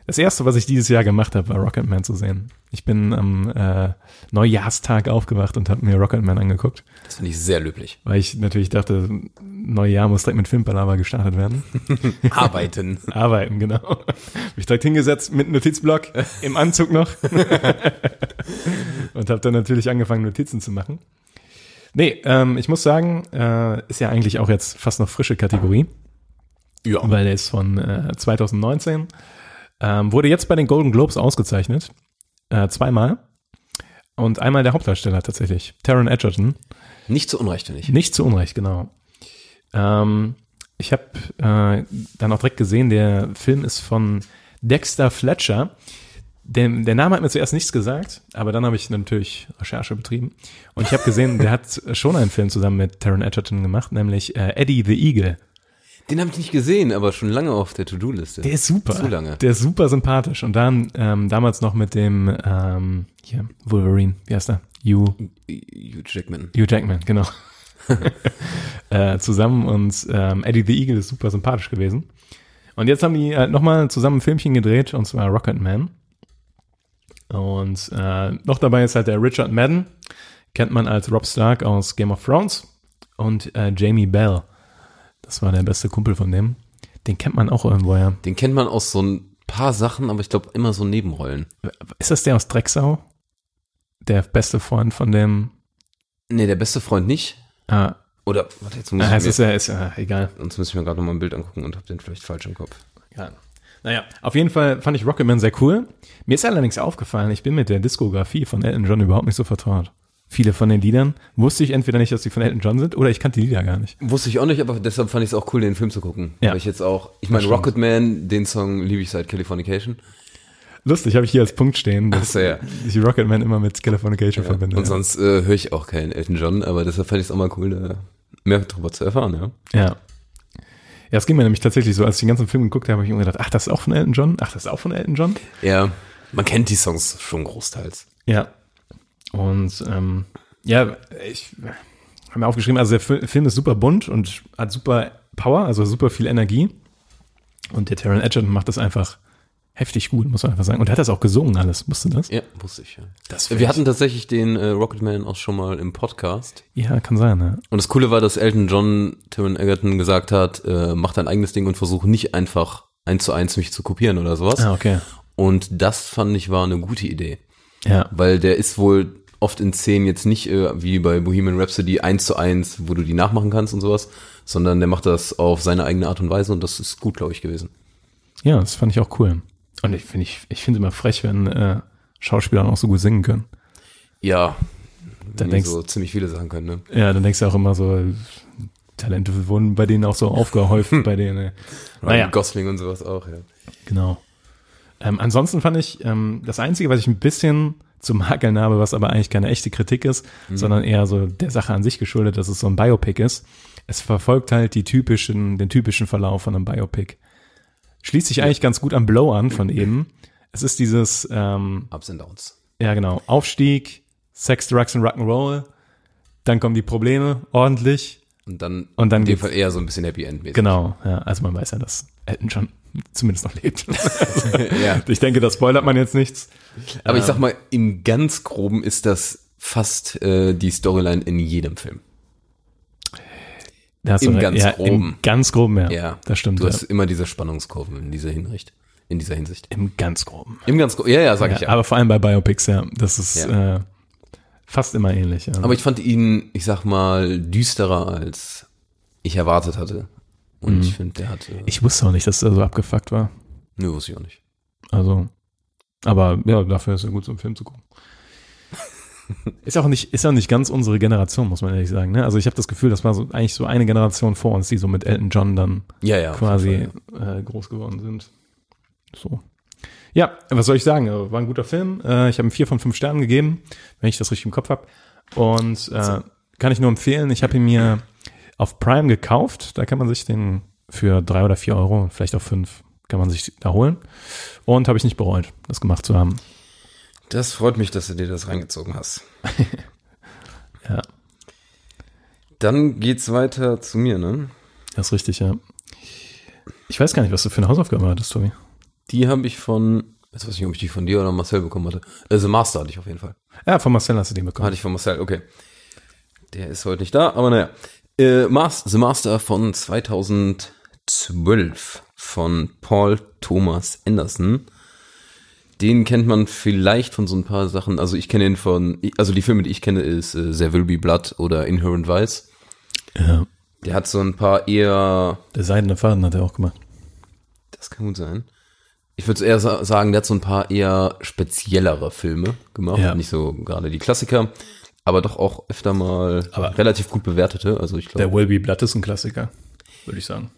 Das erste, was ich dieses Jahr gemacht habe, war Rocketman zu sehen. Ich bin am äh, Neujahrstag aufgewacht und habe mir Rocketman angeguckt, Das finde ich sehr löblich. weil ich natürlich dachte, Neujahr muss direkt mit Filmpalava gestartet werden. Arbeiten. Arbeiten, genau. Hab ich direkt hingesetzt mit Notizblock, im Anzug noch. und habe dann natürlich angefangen, Notizen zu machen. Nee, ähm, ich muss sagen, äh, ist ja eigentlich auch jetzt fast noch frische Kategorie, ja. weil der ist von äh, 2019. Ähm, wurde jetzt bei den Golden Globes ausgezeichnet. Äh, zweimal. Und einmal der Hauptdarsteller tatsächlich, Taron Edgerton. Nicht zu Unrecht, finde ich. Nicht zu Unrecht, genau. Ähm, ich habe äh, dann auch direkt gesehen, der Film ist von Dexter Fletcher. Dem, der Name hat mir zuerst nichts gesagt, aber dann habe ich natürlich Recherche betrieben. Und ich habe gesehen, der hat schon einen Film zusammen mit Taron Edgerton gemacht, nämlich äh, Eddie the Eagle. Den habe ich nicht gesehen, aber schon lange auf der To-Do-Liste. Der ist super. Zu lange. Der ist super sympathisch. Und dann ähm, damals noch mit dem ähm, hier, Wolverine, wie heißt er? You Hugh Jackman. Hugh Jackman, genau. äh, zusammen und ähm, Eddie the Eagle ist super sympathisch gewesen. Und jetzt haben die halt nochmal zusammen ein Filmchen gedreht und zwar Rocket Man. Und äh, noch dabei ist halt der Richard Madden, kennt man als Rob Stark aus Game of Thrones und äh, Jamie Bell. Das war der beste Kumpel von dem. Den kennt man auch irgendwo, ja. Den kennt man aus so ein paar Sachen, aber ich glaube immer so Nebenrollen. Ist das der aus Drecksau? Der beste Freund von dem. Nee, der beste Freund nicht. Ah, Oder, warte, jetzt muss ich ah, es mir, ist ja, ist ja egal. sonst muss ich mir gerade nochmal ein Bild angucken und habe den vielleicht falsch im Kopf. Ja. Naja, auf jeden Fall fand ich Rocketman sehr cool. Mir ist allerdings aufgefallen, ich bin mit der Diskografie von Elton John überhaupt nicht so vertraut. Viele von den Liedern wusste ich entweder nicht, dass die von Elton John sind, oder ich kannte die Lieder gar nicht. Wusste ich auch nicht, aber deshalb fand ich es auch cool, den Film zu gucken. Ja. Weil ich jetzt auch, ich meine, stimmt. Rocketman, den Song liebe ich seit Californication. Lustig, habe ich hier als Punkt stehen, dass Ach so, ja. ich Rocketman immer mit Californication verbinde. Und sonst äh, höre ich auch keinen Elton John, aber deshalb fand ich es auch mal cool, da mehr darüber zu erfahren, ja. Ja. Ja, es ging mir nämlich tatsächlich so, als ich den ganzen Film geguckt habe, habe ich immer gedacht, ach, das ist auch von Elton John? Ach, das ist auch von Elton John? Ja, man kennt die Songs schon großteils. Ja. Und ähm, ja, ich habe mir aufgeschrieben, also der Fi- Film ist super bunt und hat super Power, also super viel Energie. Und der Taron Edgerton macht das einfach heftig gut, muss man einfach sagen. Und er hat das auch gesungen alles, wusstest du das? Ja, wusste ich, ja. Das Wir hatten tatsächlich den äh, Rocketman auch schon mal im Podcast. Ja, kann sein, ja. Und das Coole war, dass Elton John Timon Egerton gesagt hat, äh, mach dein eigenes Ding und versuch nicht einfach eins zu eins mich zu kopieren oder sowas. Ah, okay. Und das fand ich war eine gute Idee. Ja. Weil der ist wohl oft in Szenen jetzt nicht äh, wie bei Bohemian Rhapsody eins zu eins, wo du die nachmachen kannst und sowas, sondern der macht das auf seine eigene Art und Weise und das ist gut, glaube ich, gewesen. Ja, das fand ich auch cool. Und ich finde ich, ich finde immer frech, wenn äh, Schauspieler auch so gut singen können. Ja. Da wenn die denkst- so ziemlich viele Sachen können, ne? Ja, dann denkst du auch immer so, Talente wurden bei denen auch so aufgehäuft, bei denen. äh, Ryan Naja. Gosling und sowas auch, ja. Genau. Ähm, ansonsten fand ich ähm, das Einzige, was ich ein bisschen zu makeln habe, was aber eigentlich keine echte Kritik ist, sondern eher so der Sache an sich geschuldet, dass es so ein Biopic ist. Es verfolgt halt die typischen, den typischen Verlauf von einem Biopic. Schließt sich eigentlich ganz gut am Blow an von eben. Es ist dieses, ähm, Ups and Downs. ja genau, Aufstieg, Sex, Drugs und Rock'n'Roll, dann kommen die Probleme, ordentlich, Und dann, Und dann in dem geht's- Fall eher so ein bisschen Happy End mäßig. genau. Ja, also man weiß ja, dass Elton John zumindest noch lebt. Ja. ich denke, das spoilert man jetzt nichts. Aber ich sag mal, im ganz Groben ist das fast äh, die Storyline in jedem Film. Da hast Im du recht. ganz ja, Im Groben. ganz groben, ja. Das stimmt. Du Ja. hast immer diese Spannungskurven in dieser Hinsicht. In dieser Hinsicht. Im ganz groben. Im ganz Groben. Ja, ja, sag ich Ja, ja. aber vor allem bei Biopics, ja. Das ist Ja. Äh, fast immer ähnlich. Ja. Aber ich fand ihn, ich sag mal, düsterer als ich erwartet hatte. Und ich finde, der hat. Äh, Mhm. ich wusste auch nicht, dass er so abgefuckt war. nö, wusste ich auch nicht. Also, aber ja, dafür ist er gut, so einen Film zu gucken. ist auch nicht, ist auch nicht ganz unsere Generation, muss man ehrlich sagen. Ne? Also ich habe das Gefühl, das war so, eigentlich so eine Generation vor uns, die so mit Elton John dann Ja, ja. auf quasi jeden Fall, äh, groß geworden sind. So. Ja, was soll ich sagen? Äh, War ein guter Film. Äh, ich habe ihm vier von fünf Sternen gegeben, wenn ich das richtig im Kopf habe. Und äh, kann ich nur empfehlen. Ich habe ihn mir auf Prime gekauft. Da kann man sich den für drei oder vier Euro, vielleicht auch fünf, kann man sich da holen. Und habe ich nicht bereut, das gemacht zu haben. ja. Das freut mich, dass du dir das reingezogen hast. Ja, Dann geht's weiter zu mir, ne? das ist richtig, ja. Ich weiß gar nicht, was du für eine Hausaufgabe hattest, Tobi. Die habe ich von, jetzt weiß ich nicht, ob ich die von dir oder Marcel bekommen hatte. Äh, The Master hatte ich auf jeden Fall. Ja, von Marcel hast du den bekommen. Hatte ich von Marcel, okay. Der ist heute nicht da, aber naja. Äh, Mas The Master von 2012 von Paul Thomas Anderson. Den kennt man vielleicht von so ein paar Sachen. Also ich kenne ihn von, also die Filme, die ich kenne, ist äh, There Will Be Blood oder Inherent Vice. Ja. Der hat so ein paar eher, Der seidene Faden hat er auch gemacht. das kann gut sein. Ich würde eher sa sagen, der hat so ein paar eher speziellere Filme gemacht. Ja. Nicht so gerade die Klassiker, aber doch auch öfter mal Aber- relativ gut bewertete. Also ich glaube. Der Will Be Blood ist ein Klassiker, würde ich sagen.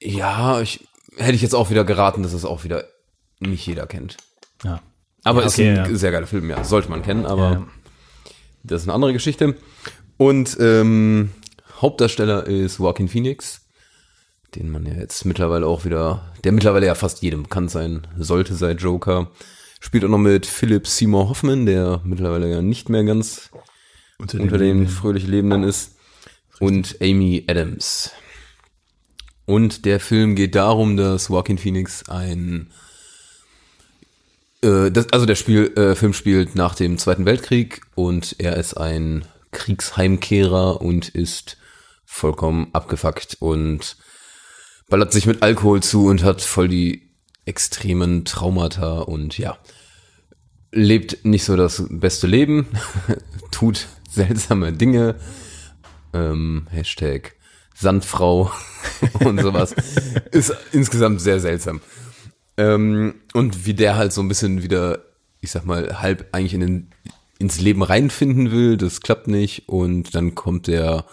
Ja, ich hätte ich jetzt auch wieder geraten, dass es auch wieder nicht jeder kennt. Ja. Aber Ja, ist okay, ein ja. sehr geiler Film, ja. Sollte man kennen, aber Ja. das ist eine andere Geschichte. Und ähm, Hauptdarsteller ist Joaquin Phoenix, den man ja jetzt mittlerweile auch wieder, der mittlerweile ja fast jedem bekannt sein sollte, sei Joker. Spielt auch noch mit Philip Seymour Hoffman, der mittlerweile ja nicht mehr ganz Unter unter den fröhlich Lebenden ist. Und Amy Adams. Und der Film geht darum, dass Joaquin Phoenix ein. Äh, das, also der Spiel, äh, Film spielt nach dem Zweiten Weltkrieg und er ist ein Kriegsheimkehrer und ist vollkommen abgefuckt und ballert sich mit Alkohol zu und hat voll die extremen Traumata und ja lebt nicht so das beste Leben, tut seltsame Dinge, ähm, Hashtag Sandfrau und sowas. Ist insgesamt sehr seltsam. Ähm, und wie der halt so ein bisschen wieder, ich sag mal, halb eigentlich in den, ins Leben reinfinden will, das klappt nicht und dann kommt der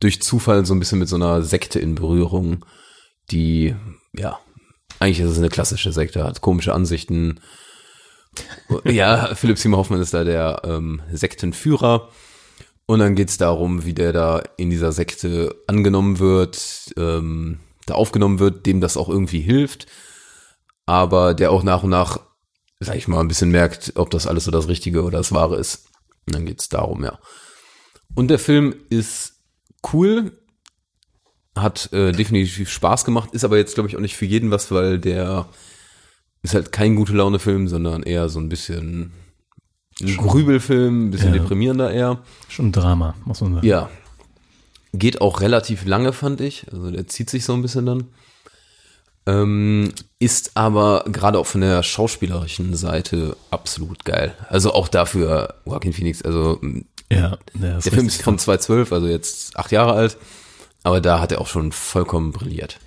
durch Zufall so ein bisschen mit so einer Sekte in Berührung, die, ja, eigentlich ist es eine klassische Sekte, hat komische Ansichten, ja, Philipp Simon Hoffmann ist da der ähm, Sektenführer. Und dann geht's darum, wie der da in dieser Sekte angenommen wird, ähm, da aufgenommen wird, dem das auch irgendwie hilft. Aber der auch nach und nach, sag ich mal, ein bisschen merkt, ob das alles so das Richtige oder das Wahre ist. Und dann geht's darum, ja. Und der Film ist cool, hat äh, definitiv Spaß gemacht, ist aber jetzt, glaube ich, auch nicht für jeden was, weil der ist halt kein gute Laune Film, sondern eher so ein bisschen ein Grübelfilm, ein bisschen Ja. deprimierender eher. Schon ein Drama, muss man sagen. Ja. Geht auch relativ lange, fand ich. Also der zieht sich so ein bisschen dann. Ähm, ist aber gerade auch von der schauspielerischen Seite absolut geil. Also auch dafür Joaquin Phoenix, also mh, Ja, der, der Film ist von 2012, also jetzt acht Jahre alt, aber da hat er auch schon vollkommen brilliert.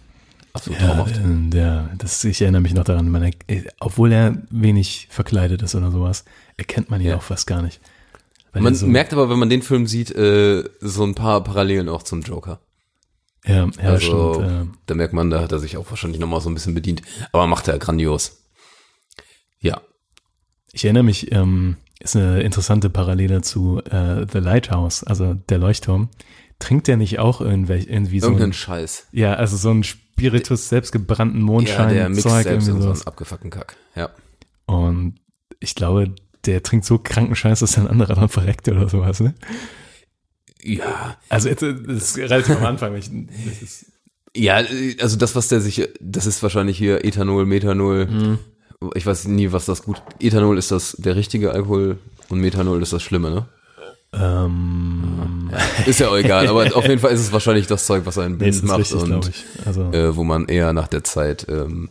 Absolut ja, traumhaft. ähm, der, das, ich erinnere mich noch daran, man, erk- äh, obwohl er wenig verkleidet ist oder sowas, erkennt man ihn Ja. auch fast gar nicht. Weil Man er so, merkt aber, wenn man den Film sieht, äh, so ein paar Parallelen auch zum Joker. ja, ja also stimmt. ähm, da merkt man, da hat er sich auch wahrscheinlich nochmal so ein bisschen bedient. Aber macht er grandios. Ja, Ich erinnere mich, ähm, ist eine interessante Parallele zu äh, The Lighthouse, also der Leuchtturm. Trinkt der nicht auch irgendwelch, irgendwie so irgendeinen ein, Scheiß. ja, also so einen Spiritus selbstgebrannten Mondschein der mixt Zeug selbst irgendwie in so sowas. einen abgefuckten Kack. Ja. Und ich glaube, der trinkt so kranken Scheiß, dass ein anderer dann verreckt oder sowas, ne? Ja. Also jetzt, äh, das ist relativ am Anfang. Ich, das ist, Ja, äh, also das, was der sich, das ist wahrscheinlich hier Ethanol, Methanol. Mhm. Ich weiß nie, was das gut. Ethanol ist das der richtige Alkohol und Methanol ist das Schlimme, ne? ähm, Ist ja auch egal, aber auf jeden Fall ist es wahrscheinlich das Zeug, was einen nee, blind das ist macht richtig, und glaube ich. Also, äh, wo man eher nach der Zeit ähm,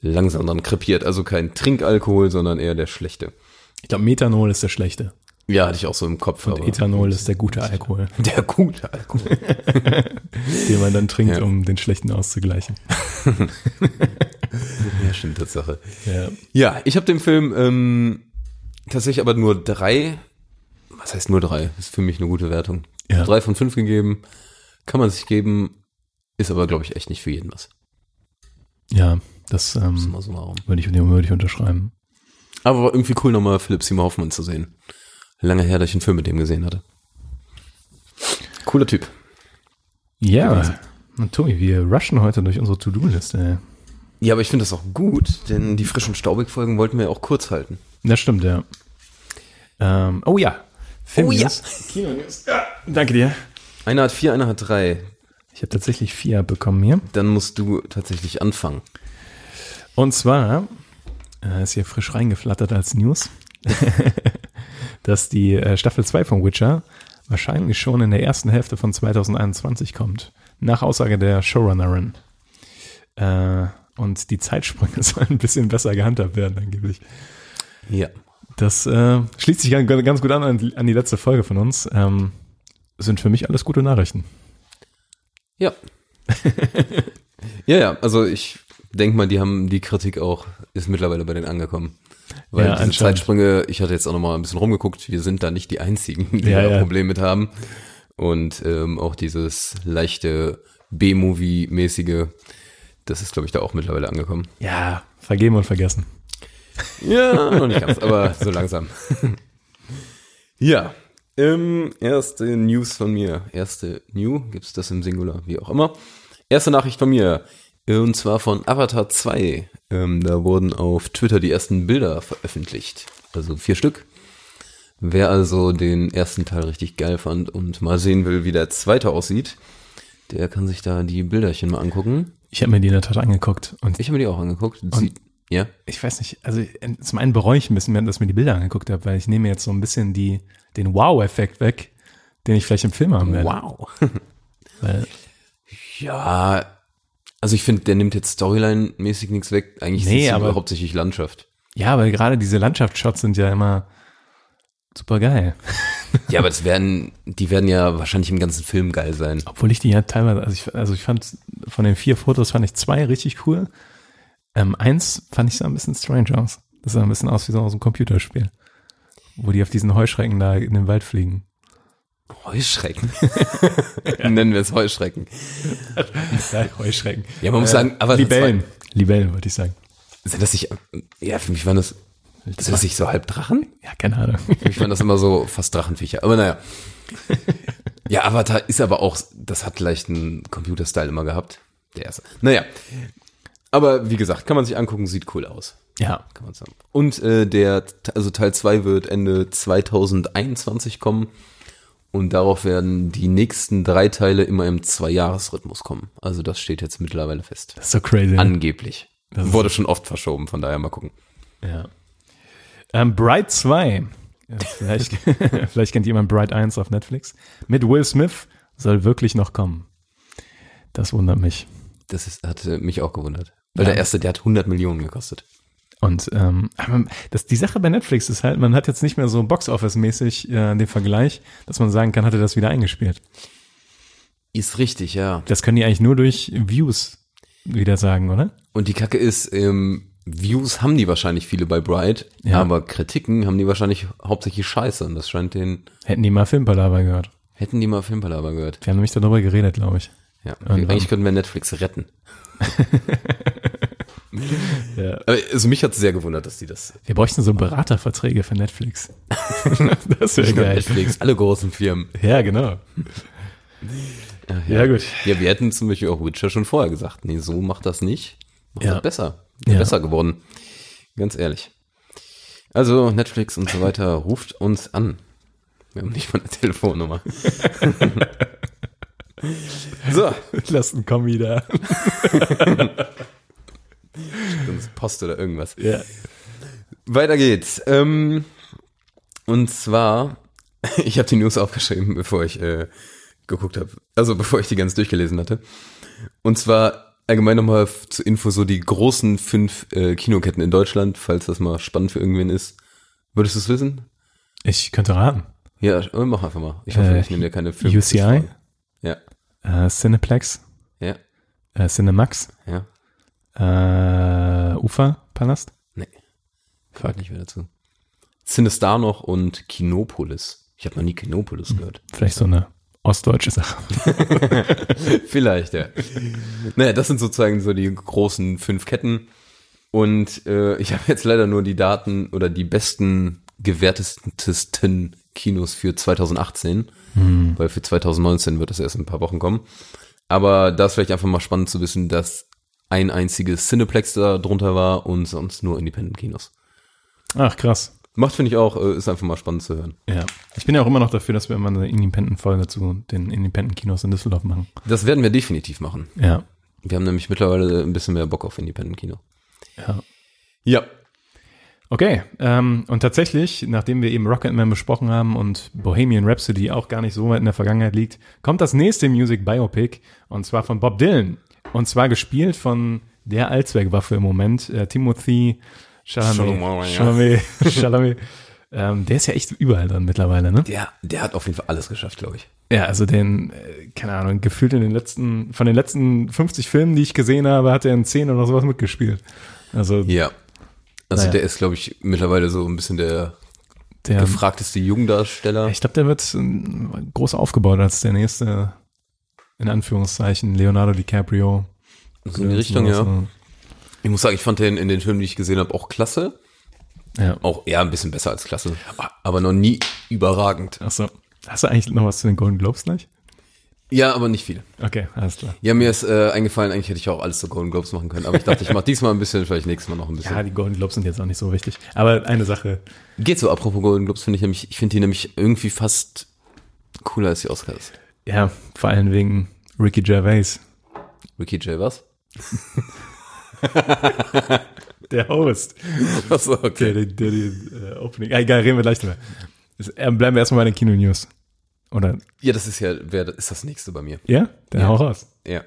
langsam dran krepiert. Also kein Trinkalkohol, sondern eher der schlechte. ich glaube, Methanol ist der schlechte. Ja, hatte ich auch so im Kopf. Und aber- Ethanol ist der gute Alkohol, der gute Alkohol. den man dann trinkt, Ja. um den schlechten auszugleichen. ja, stimmt, Tatsache. Ja. Ja, ich habe dem Film ähm, tatsächlich aber nur drei, was heißt nur drei? Ist für mich eine gute Wertung. Ja. Drei von fünf gegeben, kann man sich geben, ist aber, glaube ich, echt nicht für jeden was. Ja, das Ist ähm, mal so mal rum. würde ich, würde ich unterschreiben. Aber war irgendwie cool, nochmal Philipp Seymour Hoffmann zu sehen. Lange her, dass ich einen Film mit dem gesehen hatte. Cooler Typ. Ja. Und Tommy, wir rushen heute durch unsere To-Do-Liste. Ja, aber ich finde das auch gut, denn die frischen Staubig-Folgen wollten wir ja auch kurz halten. Das stimmt, ja. Ähm, oh ja. Film Oh ja. Kino-News. Ja, danke dir. Einer hat vier, einer hat drei. Ich habe tatsächlich vier bekommen hier. Dann musst du tatsächlich anfangen. Und zwar äh, ist hier frisch reingeflattert als News, dass die äh, Staffel 2 von Witcher wahrscheinlich schon in der ersten Hälfte von 2021 kommt. Nach Aussage der Showrunnerin. Äh, und die Zeitsprünge sollen ein bisschen besser gehandhabt werden, angeblich. Ja. Das äh, schließt sich ganz, ganz gut an, an die- an die letzte Folge von uns. Ähm, sind für mich alles gute Nachrichten. Ja. ja, ja, also ich denke mal, die haben die Kritik auch, ist mittlerweile bei denen angekommen. Weil Ja, diese anscheinend. Zeitsprünge, ich hatte jetzt auch nochmal ein bisschen rumgeguckt, wir sind da nicht die Einzigen, die Ja, da ja. Probleme mit haben. Und ähm, auch dieses leichte B-Movie-mäßige, das ist, glaube ich, da auch mittlerweile angekommen. Ja, vergeben und vergessen. Ja, noch nicht ganz, aber so langsam. ja. Ähm, erste News von mir. Erste New, gibt's das im Singular, wie auch immer. Erste Nachricht von mir. Und zwar von Avatar 2. Ähm, da wurden auf Twitter die ersten Bilder veröffentlicht. Also vier Stück. Wer also den ersten Teil richtig geil fand und mal sehen will, wie der zweite aussieht, der kann sich da die Bilderchen mal angucken. Ich habe mir die in der Tat angeguckt und ich, Ich habe mir die auch angeguckt. Sie, ja. ich weiß nicht, also äh, zum einen bereue ich ein bisschen, dass ich mir die Bilder angeguckt habe, weil ich nehme jetzt so ein bisschen die, den Wow-Effekt weg, den ich vielleicht im Film haben werde. Wow. Weil, Ja, also ich finde, der nimmt jetzt Storyline-mäßig nichts weg. Eigentlich Nee, siehst du aber- nur hauptsächlich Landschaft. ja, weil gerade diese Landschaftsshots sind ja immer super geil. Ja, aber das werden, die werden ja wahrscheinlich im ganzen Film geil sein. Obwohl ich die ja teilweise, also ich, also ich fand, von den vier Fotos fand ich zwei richtig cool. Ähm, eins fand ich so ein bisschen strange aus. Das sah ein bisschen aus wie so aus einem Computerspiel. Wo die auf diesen Heuschrecken da in den Wald fliegen. Heuschrecken. Nennen wir es Heuschrecken. Heuschrecken. Äh, Ja, man muss sagen, aber das Libellen. Libellen, wollte ich sagen. Sind das nicht, ja, für mich waren das, sind das nicht so halb Drachen? Ja, keine Ahnung. Für mich waren das immer so fast Drachenviecher. Aber naja. Ja, Avatar ist aber auch, das hat leicht einen Computer-Style immer gehabt. Der erste. Naja. Aber wie gesagt, kann man sich angucken, sieht cool aus. ja. Kann man sagen. Und äh, der, also Teil 2 wird Ende 2021 kommen. Und darauf werden die nächsten drei Teile immer im Zwei-Jahres-Rhythmus kommen. Also das steht jetzt mittlerweile fest. Das ist so crazy. ne? Angeblich. Das ist- Wurde schon oft verschoben, von daher mal gucken. Ja. Ähm, Bright 2. Ja, Vielleicht, vielleicht kennt jemand Bright 1 auf Netflix. Mit Will Smith soll wirklich noch kommen. Das wundert mich. Das ist, hat äh, mich auch gewundert. Weil Ja. der erste, der hat 100 Millionen gekostet. Und ähm, aber das, die Sache bei Netflix ist halt, man hat jetzt nicht mehr so Box-Office-mäßig äh, den Vergleich, dass man sagen kann, hat er das wieder eingespielt. Ist richtig, ja. Das können die eigentlich nur durch Views wieder sagen, oder? Und die Kacke ist, ähm, Views haben die wahrscheinlich viele bei Bright, Ja. aber Kritiken haben die wahrscheinlich hauptsächlich scheiße. Und das scheint den, Hätten die mal Filmpalaver gehört. hätten die mal Filmpalaver gehört. Wir haben nämlich darüber geredet, glaube ich. Ja, okay. Und, ähm, eigentlich könnten wir Netflix retten. Ja. Aber also mich hat es sehr gewundert, dass die das. Wir bräuchten so Beraterverträge für Netflix. das wäre Nicht nur geil. Netflix, alle großen Firmen. Ja, genau. ja. gut. Ja, wir hätten zum Beispiel auch Witcher schon vorher gesagt. Nee, so macht das nicht. Macht Ja. das besser. Ja. Besser geworden. Ganz ehrlich. Also Netflix und so weiter, ruft uns an. Wir haben nicht mal eine Telefonnummer. so, Lass einen Kommi da. uns Post oder irgendwas. Ja. Weiter geht's. Ähm, und zwar, ich habe die News aufgeschrieben, bevor ich äh, geguckt habe. Also bevor ich die ganz durchgelesen hatte. Und zwar allgemein nochmal f- zur Info so die großen fünf äh, Kinoketten in Deutschland, falls das mal spannend für irgendwen ist. Würdest du es wissen? Ich könnte raten. Ja, äh, mach einfach mal. Ich hoffe, Äh, ich nehme dir keine Filme. UCI, Ja, äh, Cineplex, ja, äh, Cinemax, ja. äh, Uferpalast. Nee. Frag nicht mehr dazu. Cinestar noch und Kinopolis. Ich habe noch nie Kinopolis gehört. Vielleicht so eine ostdeutsche Sache. Vielleicht, ja. naja, das sind sozusagen so die großen fünf Ketten. Und äh, ich habe jetzt leider nur die Daten oder die besten, gewertesten Kinos für 2018, weil für 2019 wird das erst in ein paar Wochen kommen. Aber das ist vielleicht einfach mal spannend zu wissen, dass ein einziges Cineplex da drunter war und sonst nur Independent-Kinos. Ach, krass. Macht, finde ich auch, äh, ist einfach mal spannend zu hören. Ja. Ich bin ja auch immer noch dafür, dass wir immer eine Independent-Folge zu den Independent-Kinos in Düsseldorf machen. Das werden wir definitiv machen. Ja. Wir haben nämlich mittlerweile ein bisschen mehr Bock auf Independent-Kino. Ja. Ja. Okay, ähm, und tatsächlich, nachdem wir eben Rocketman besprochen haben und Bohemian Rhapsody auch gar nicht so weit in der Vergangenheit liegt, kommt das nächste Music Biopic und zwar von Bob Dylan. Und zwar gespielt von der Allzweckwaffe im Moment, äh, Timothy Chalamet. Chalamet, ja. Chalamet. Chalamet. Ähm, der ist ja echt überall dran mittlerweile, ne? Der, der hat auf jeden Fall alles geschafft, glaube ich. Ja, also den, äh, keine Ahnung, gefühlt in den letzten, von den letzten 50 Filmen, die ich gesehen habe, hat er in 10 oder sowas mitgespielt. Also Ja. Also Naja. Ähm, der ist, glaube ich, mittlerweile so ein bisschen der der, gefragteste Jungdarsteller. ich glaube, der wird ähm, groß aufgebaut als der nächste, in Anführungszeichen, Leonardo DiCaprio. So in die Richtung, ja. Ich muss sagen, ich fand den in den Filmen, die ich gesehen habe, auch klasse. Ja. Auch eher ein bisschen besser als klasse. Aber noch nie überragend. Achso. Hast du eigentlich noch was zu den Golden Globes gleich? Ja, aber nicht viel. Okay, alles klar. Ja, mir ist äh, eingefallen, eigentlich hätte ich auch alles zu Golden Globes machen können. Aber ich dachte, ich mache diesmal ein bisschen, vielleicht nächstes Mal noch ein bisschen. Ja, die Golden Globes sind jetzt auch nicht so wichtig. Aber eine Sache, Geht so, apropos Golden Globes, finde ich nämlich, ich finde die nämlich irgendwie fast cooler als die Oscars. ja, vor allem wegen Ricky Gervais, Ricky J. was? der Host. Achso, Der, der, der, der äh, Opening. Ah, egal, reden wir gleich drüber. Ist- ähm, bleiben wir erstmal bei den Kino-News. Oder? Ja, das ist ja, wer, ist das nächste bei mir. Ja? Dann hau raus. Ja.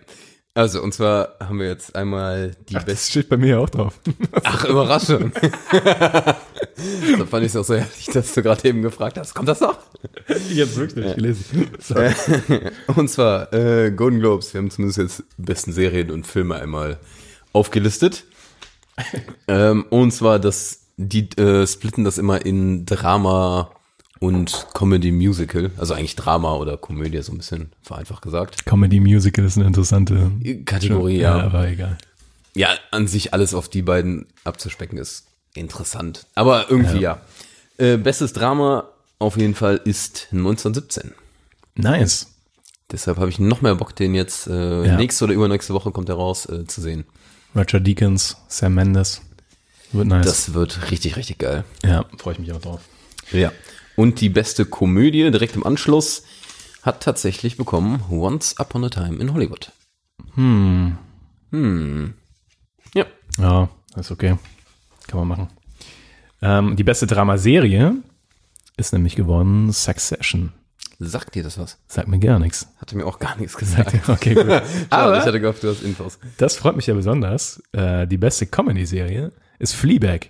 Also, und zwar haben wir jetzt einmal die Das besten. steht bei mir ja auch drauf. Ach, Überraschung. da fand ich es auch so herrlich, dass du gerade eben gefragt hast. Kommt das noch? Jetzt wirklich ja. gelesen. Sorry. Und zwar äh, Golden Globes. Wir haben zumindest jetzt die besten Serien und Filme einmal aufgelistet. ähm, und zwar, dass die äh, splitten das immer in Drama und Comedy Musical. Also eigentlich Drama oder Komödie, so ein bisschen vereinfacht gesagt. Comedy Musical ist eine interessante Äh, Kategorie, ja. aber egal. Ja, an sich alles auf die beiden abzuspecken ist interessant. Aber irgendwie ja. Äh, bestes Drama auf jeden Fall ist 1917. Nice. Deshalb habe ich noch mehr Bock, den jetzt äh, Ja. nächste oder übernächste Woche kommt er raus, äh, zu sehen. Roger Deakins, Sam Mendes. Wird nice. Das wird richtig, richtig geil. ja, freue ich mich auch drauf. Ja. Und die beste Komödie direkt im Anschluss hat tatsächlich bekommen Once Upon a Time in Hollywood. Hm. Hm. Ja. Ja, ist okay. Kann man machen. Ähm, die beste Dramaserie ist nämlich geworden Succession. Sagt dir das was? Sagt mir gar nichts. Hatte mir auch gar nichts gesagt. Okay, gut. Aber ich hatte gehofft, du hast Infos. Das freut mich ja besonders. Äh, die beste Comedy-Serie ist Fleabag.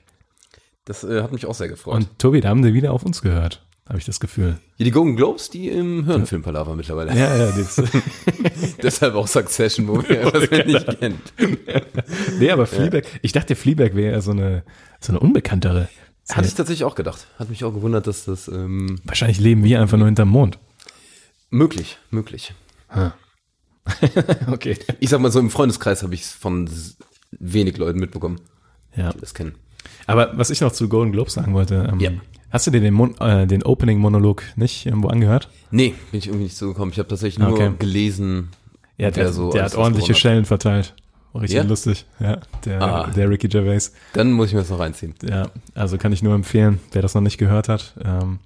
Das äh, hat mich auch sehr gefreut. Und Tobi, da haben sie wieder auf uns gehört, habe ich das Gefühl. ja, die Golden Globes, die im Hirnfilmpalaver mittlerweile. Ja, ja, das, Deshalb auch Succession, wo wir was wir nicht kennt. nee, aber Fleabag, ich dachte, Fleabag wäre so eine, so eine unbekanntere. Hatte ich tatsächlich auch gedacht. Hat mich auch gewundert, dass das ähm, Wahrscheinlich leben wir einfach nur hinterm Mond. möglich, möglich. Okay. Ich sag mal so, im Freundeskreis habe ich es von s- wenig Leuten mitbekommen, Ja. die das kennen. Aber was ich noch zu Golden Globes sagen wollte, ähm, Ja. hast du dir den, Mon äh, den Opening-Monolog nicht irgendwo angehört? Nee, bin ich irgendwie nicht zugekommen. Ich habe tatsächlich nur Okay. gelesen. Ja, der, wer so der alles hat ordentliche gewonnen Schellen verteilt. War Richtig Ja? lustig. Ja, der, Ah. der Ricky Gervais. Dann muss ich mir das noch reinziehen. Ja, also kann ich nur empfehlen, wer das noch nicht gehört hat. Ähm,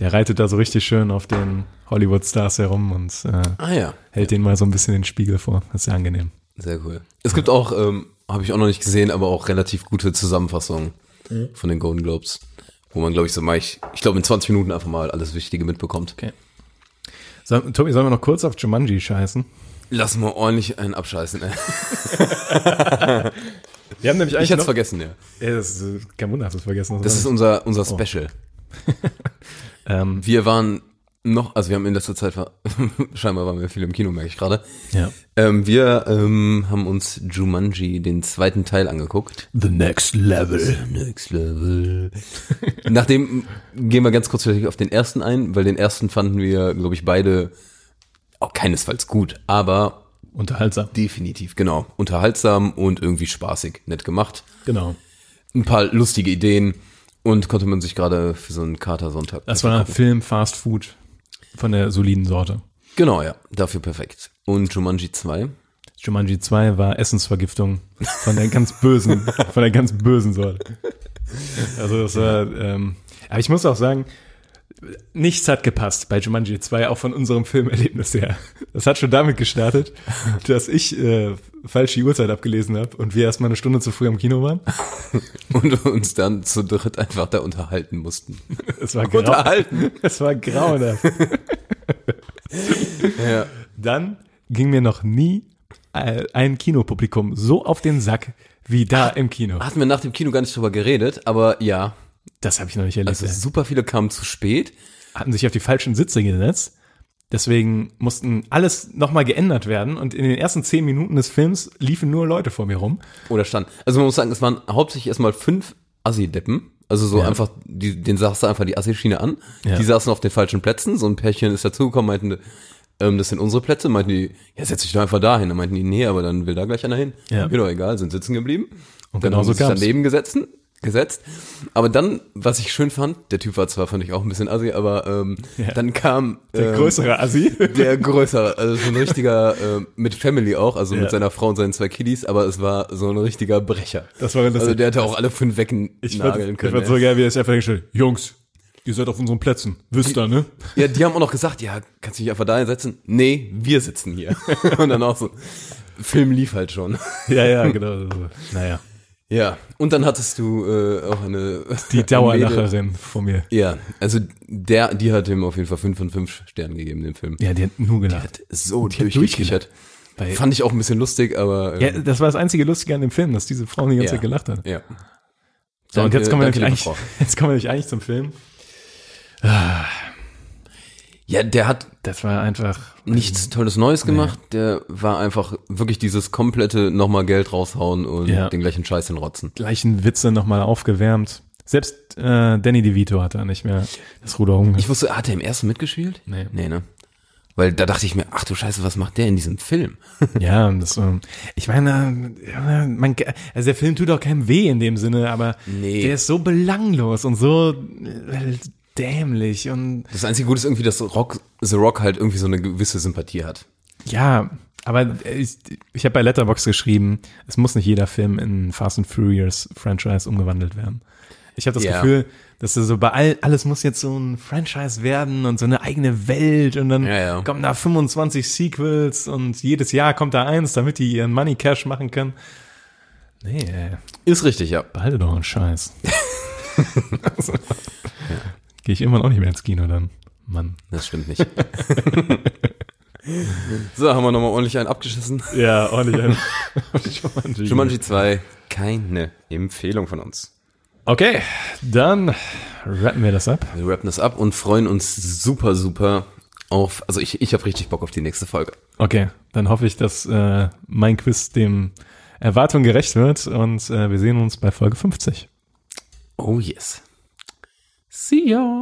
der reitet da so richtig schön auf den Hollywood-Stars herum und äh, Ah ja, hält denen mal so ein bisschen den Spiegel vor. Das ist ja angenehm. sehr cool. Es gibt auch, ähm, habe ich auch noch nicht gesehen, aber auch relativ gute Zusammenfassungen von den Golden Globes, wo man, glaube ich, so mal, ich, ich glaube, in 20 Minuten einfach mal alles Wichtige mitbekommt. Okay. So, Tobi, sollen wir noch kurz auf Jumanji scheißen? Lass mal ordentlich einen abscheißen. Ey. Wir haben nämlich Ich eigentlich hätte es noch, vergessen, ja. Ja, das ist, äh, kein Wunder, hast du es vergessen. Das ist unser, unser Special. Ähm. wir waren noch, also wir haben in letzter Zeit, war, scheinbar waren wir viel im Kino, merke ich gerade. ja. Ähm, wir ähm, haben uns Jumanji den zweiten Teil angeguckt. The Next Level. Next Level. Nachdem gehen wir ganz kurz vielleicht auf den ersten ein, weil den ersten fanden wir, glaube ich, beide auch keinesfalls gut, aber Unterhaltsam. definitiv, genau, unterhaltsam und irgendwie spaßig, nett gemacht. Genau. Ein paar lustige Ideen und konnte man sich gerade für so einen Kater-Sonntag. Das war Film Fast Food von der soliden Sorte. Genau, ja, dafür perfekt. Und Jumanji 2 Jumanji 2 war Essensvergiftung von der ganz bösen, von der ganz bösen Sorte. Also das war, ähm, aber ich muss auch sagen, nichts hat gepasst bei Jumanji 2, auch von unserem Filmerlebnis her. Das hat schon damit gestartet, dass ich äh, falsche Uhrzeit abgelesen habe und wir erstmal eine Stunde zu früh am Kino waren. Und uns dann zu dritt einfach da unterhalten mussten. Es war Unterhalten. Es war grauenhaft. Ja. Dann ging mir noch nie äh, ein Kinopublikum so auf den Sack wie da im Kino. Hatten wir nach dem Kino gar nicht drüber geredet, aber ja. Das habe ich noch nicht erlebt. Also ey. super viele kamen zu spät. hatten sich auf die falschen Sitze gesetzt. Deswegen mussten alles nochmal geändert werden und in den ersten zehn Minuten des Films liefen nur Leute vor mir rum. Oder stand. Also man muss sagen, es waren hauptsächlich erstmal fünf Assi-Deppen. Also so einfach, die, denen saß einfach die Assi-Schiene an. Ja. Die saßen auf den falschen Plätzen. So ein Pärchen ist dazugekommen, meinten, ähm, das sind unsere Plätze. Meinten die, ja, setz dich doch einfach dahin. Dann meinten die, nee, aber dann will da gleich einer hin. Ja. Mir doch egal, sind sitzen geblieben. Und genau haben so sie sich kam's. daneben gesetzt. Gesetzt. Aber dann, was ich schön fand, der Typ war zwar, fand ich auch ein bisschen assi, aber ähm, dann kam Der ähm, größere Assi. der größere, also so ein richtiger, äh, mit Family auch, also Ja. mit seiner Frau und seinen zwei Kiddies, aber es war so ein richtiger Brecher. Das war lustig. Also der hätte auch alle fünf wegnageln Ich fand, können. ich fand ey. so geil, wie er es einfach hingestellt hat. Jungs, ihr seid auf unseren Plätzen. Wisst ihr, ne? ja, die haben auch noch gesagt, ja, kannst du dich einfach da hinsetzen? Nee, wir sitzen hier. und dann auch so, Film lief halt schon. Ja, ja, genau. so. Naja. Ja, und dann hattest du äh, auch eine... Die eine Mädel- Dauerlacherin von mir. Ja, also der, die hat ihm auf jeden Fall fünf von fünf Sternen gegeben, den Film. Ja, die hat nur gelacht. So hat durchgekichert. Weil- Fand ich auch ein bisschen lustig, aber... Ja, ähm, das war das einzige Lustige an dem Film, dass diese Frau die ganze ja. Zeit gelacht hat. Ja. So, und jetzt Danke- kommen, wir nämlich danke, liebe eigentlich, Frau. jetzt kommen wir nämlich eigentlich zum Film. Ja, der hat Das war einfach nichts Tolles Neues gemacht. Der war einfach wirklich dieses komplette nochmal Geld raushauen und Ja. den gleichen Scheiß hinrotzen. gleichen Witze nochmal aufgewärmt. Selbst äh, Danny DeVito hatte er nicht mehr das Ruder Ich umgeschmissen. wusste, hat er im ersten mitgespielt? Nee. Nee, ne? Weil da dachte ich mir, ach du Scheiße, was macht der in diesem Film? Ja, und das, ähm, ich meine, ja, man, also der Film tut auch keinem weh in dem Sinne, aber Nee. der ist so belanglos und so äh, dämlich und Das einzige Gute ist irgendwie, dass Rock, The Rock halt irgendwie so eine gewisse Sympathie hat. ja, aber ich, ich habe bei Letterbox geschrieben, es muss nicht jeder Film in Fast and Furious Franchise umgewandelt werden. Ich habe das Ja. Gefühl, dass er so bei all, alles muss jetzt so ein Franchise werden und so eine eigene Welt und dann Ja, ja. kommen da 25 Sequels und jedes Jahr kommt da eins, damit die ihren Money Cash machen können. Nee, ey. Ist richtig, ja. behalte doch einen Scheiß. also, Gehe ich irgendwann auch nicht mehr ins Kino dann. Mann. Das stimmt nicht. so, haben wir nochmal ordentlich einen abgeschissen. Ja, ordentlich. Jumanji 2, keine Empfehlung von uns. Okay, dann rappen wir das ab. Wir rappen das ab und freuen uns super, super auf. Also ich, ich habe richtig Bock auf die nächste Folge. Okay, dann hoffe ich, dass äh, mein Quiz dem Erwartung gerecht wird und äh, wir sehen uns bei Folge 50. Oh yes. See ya.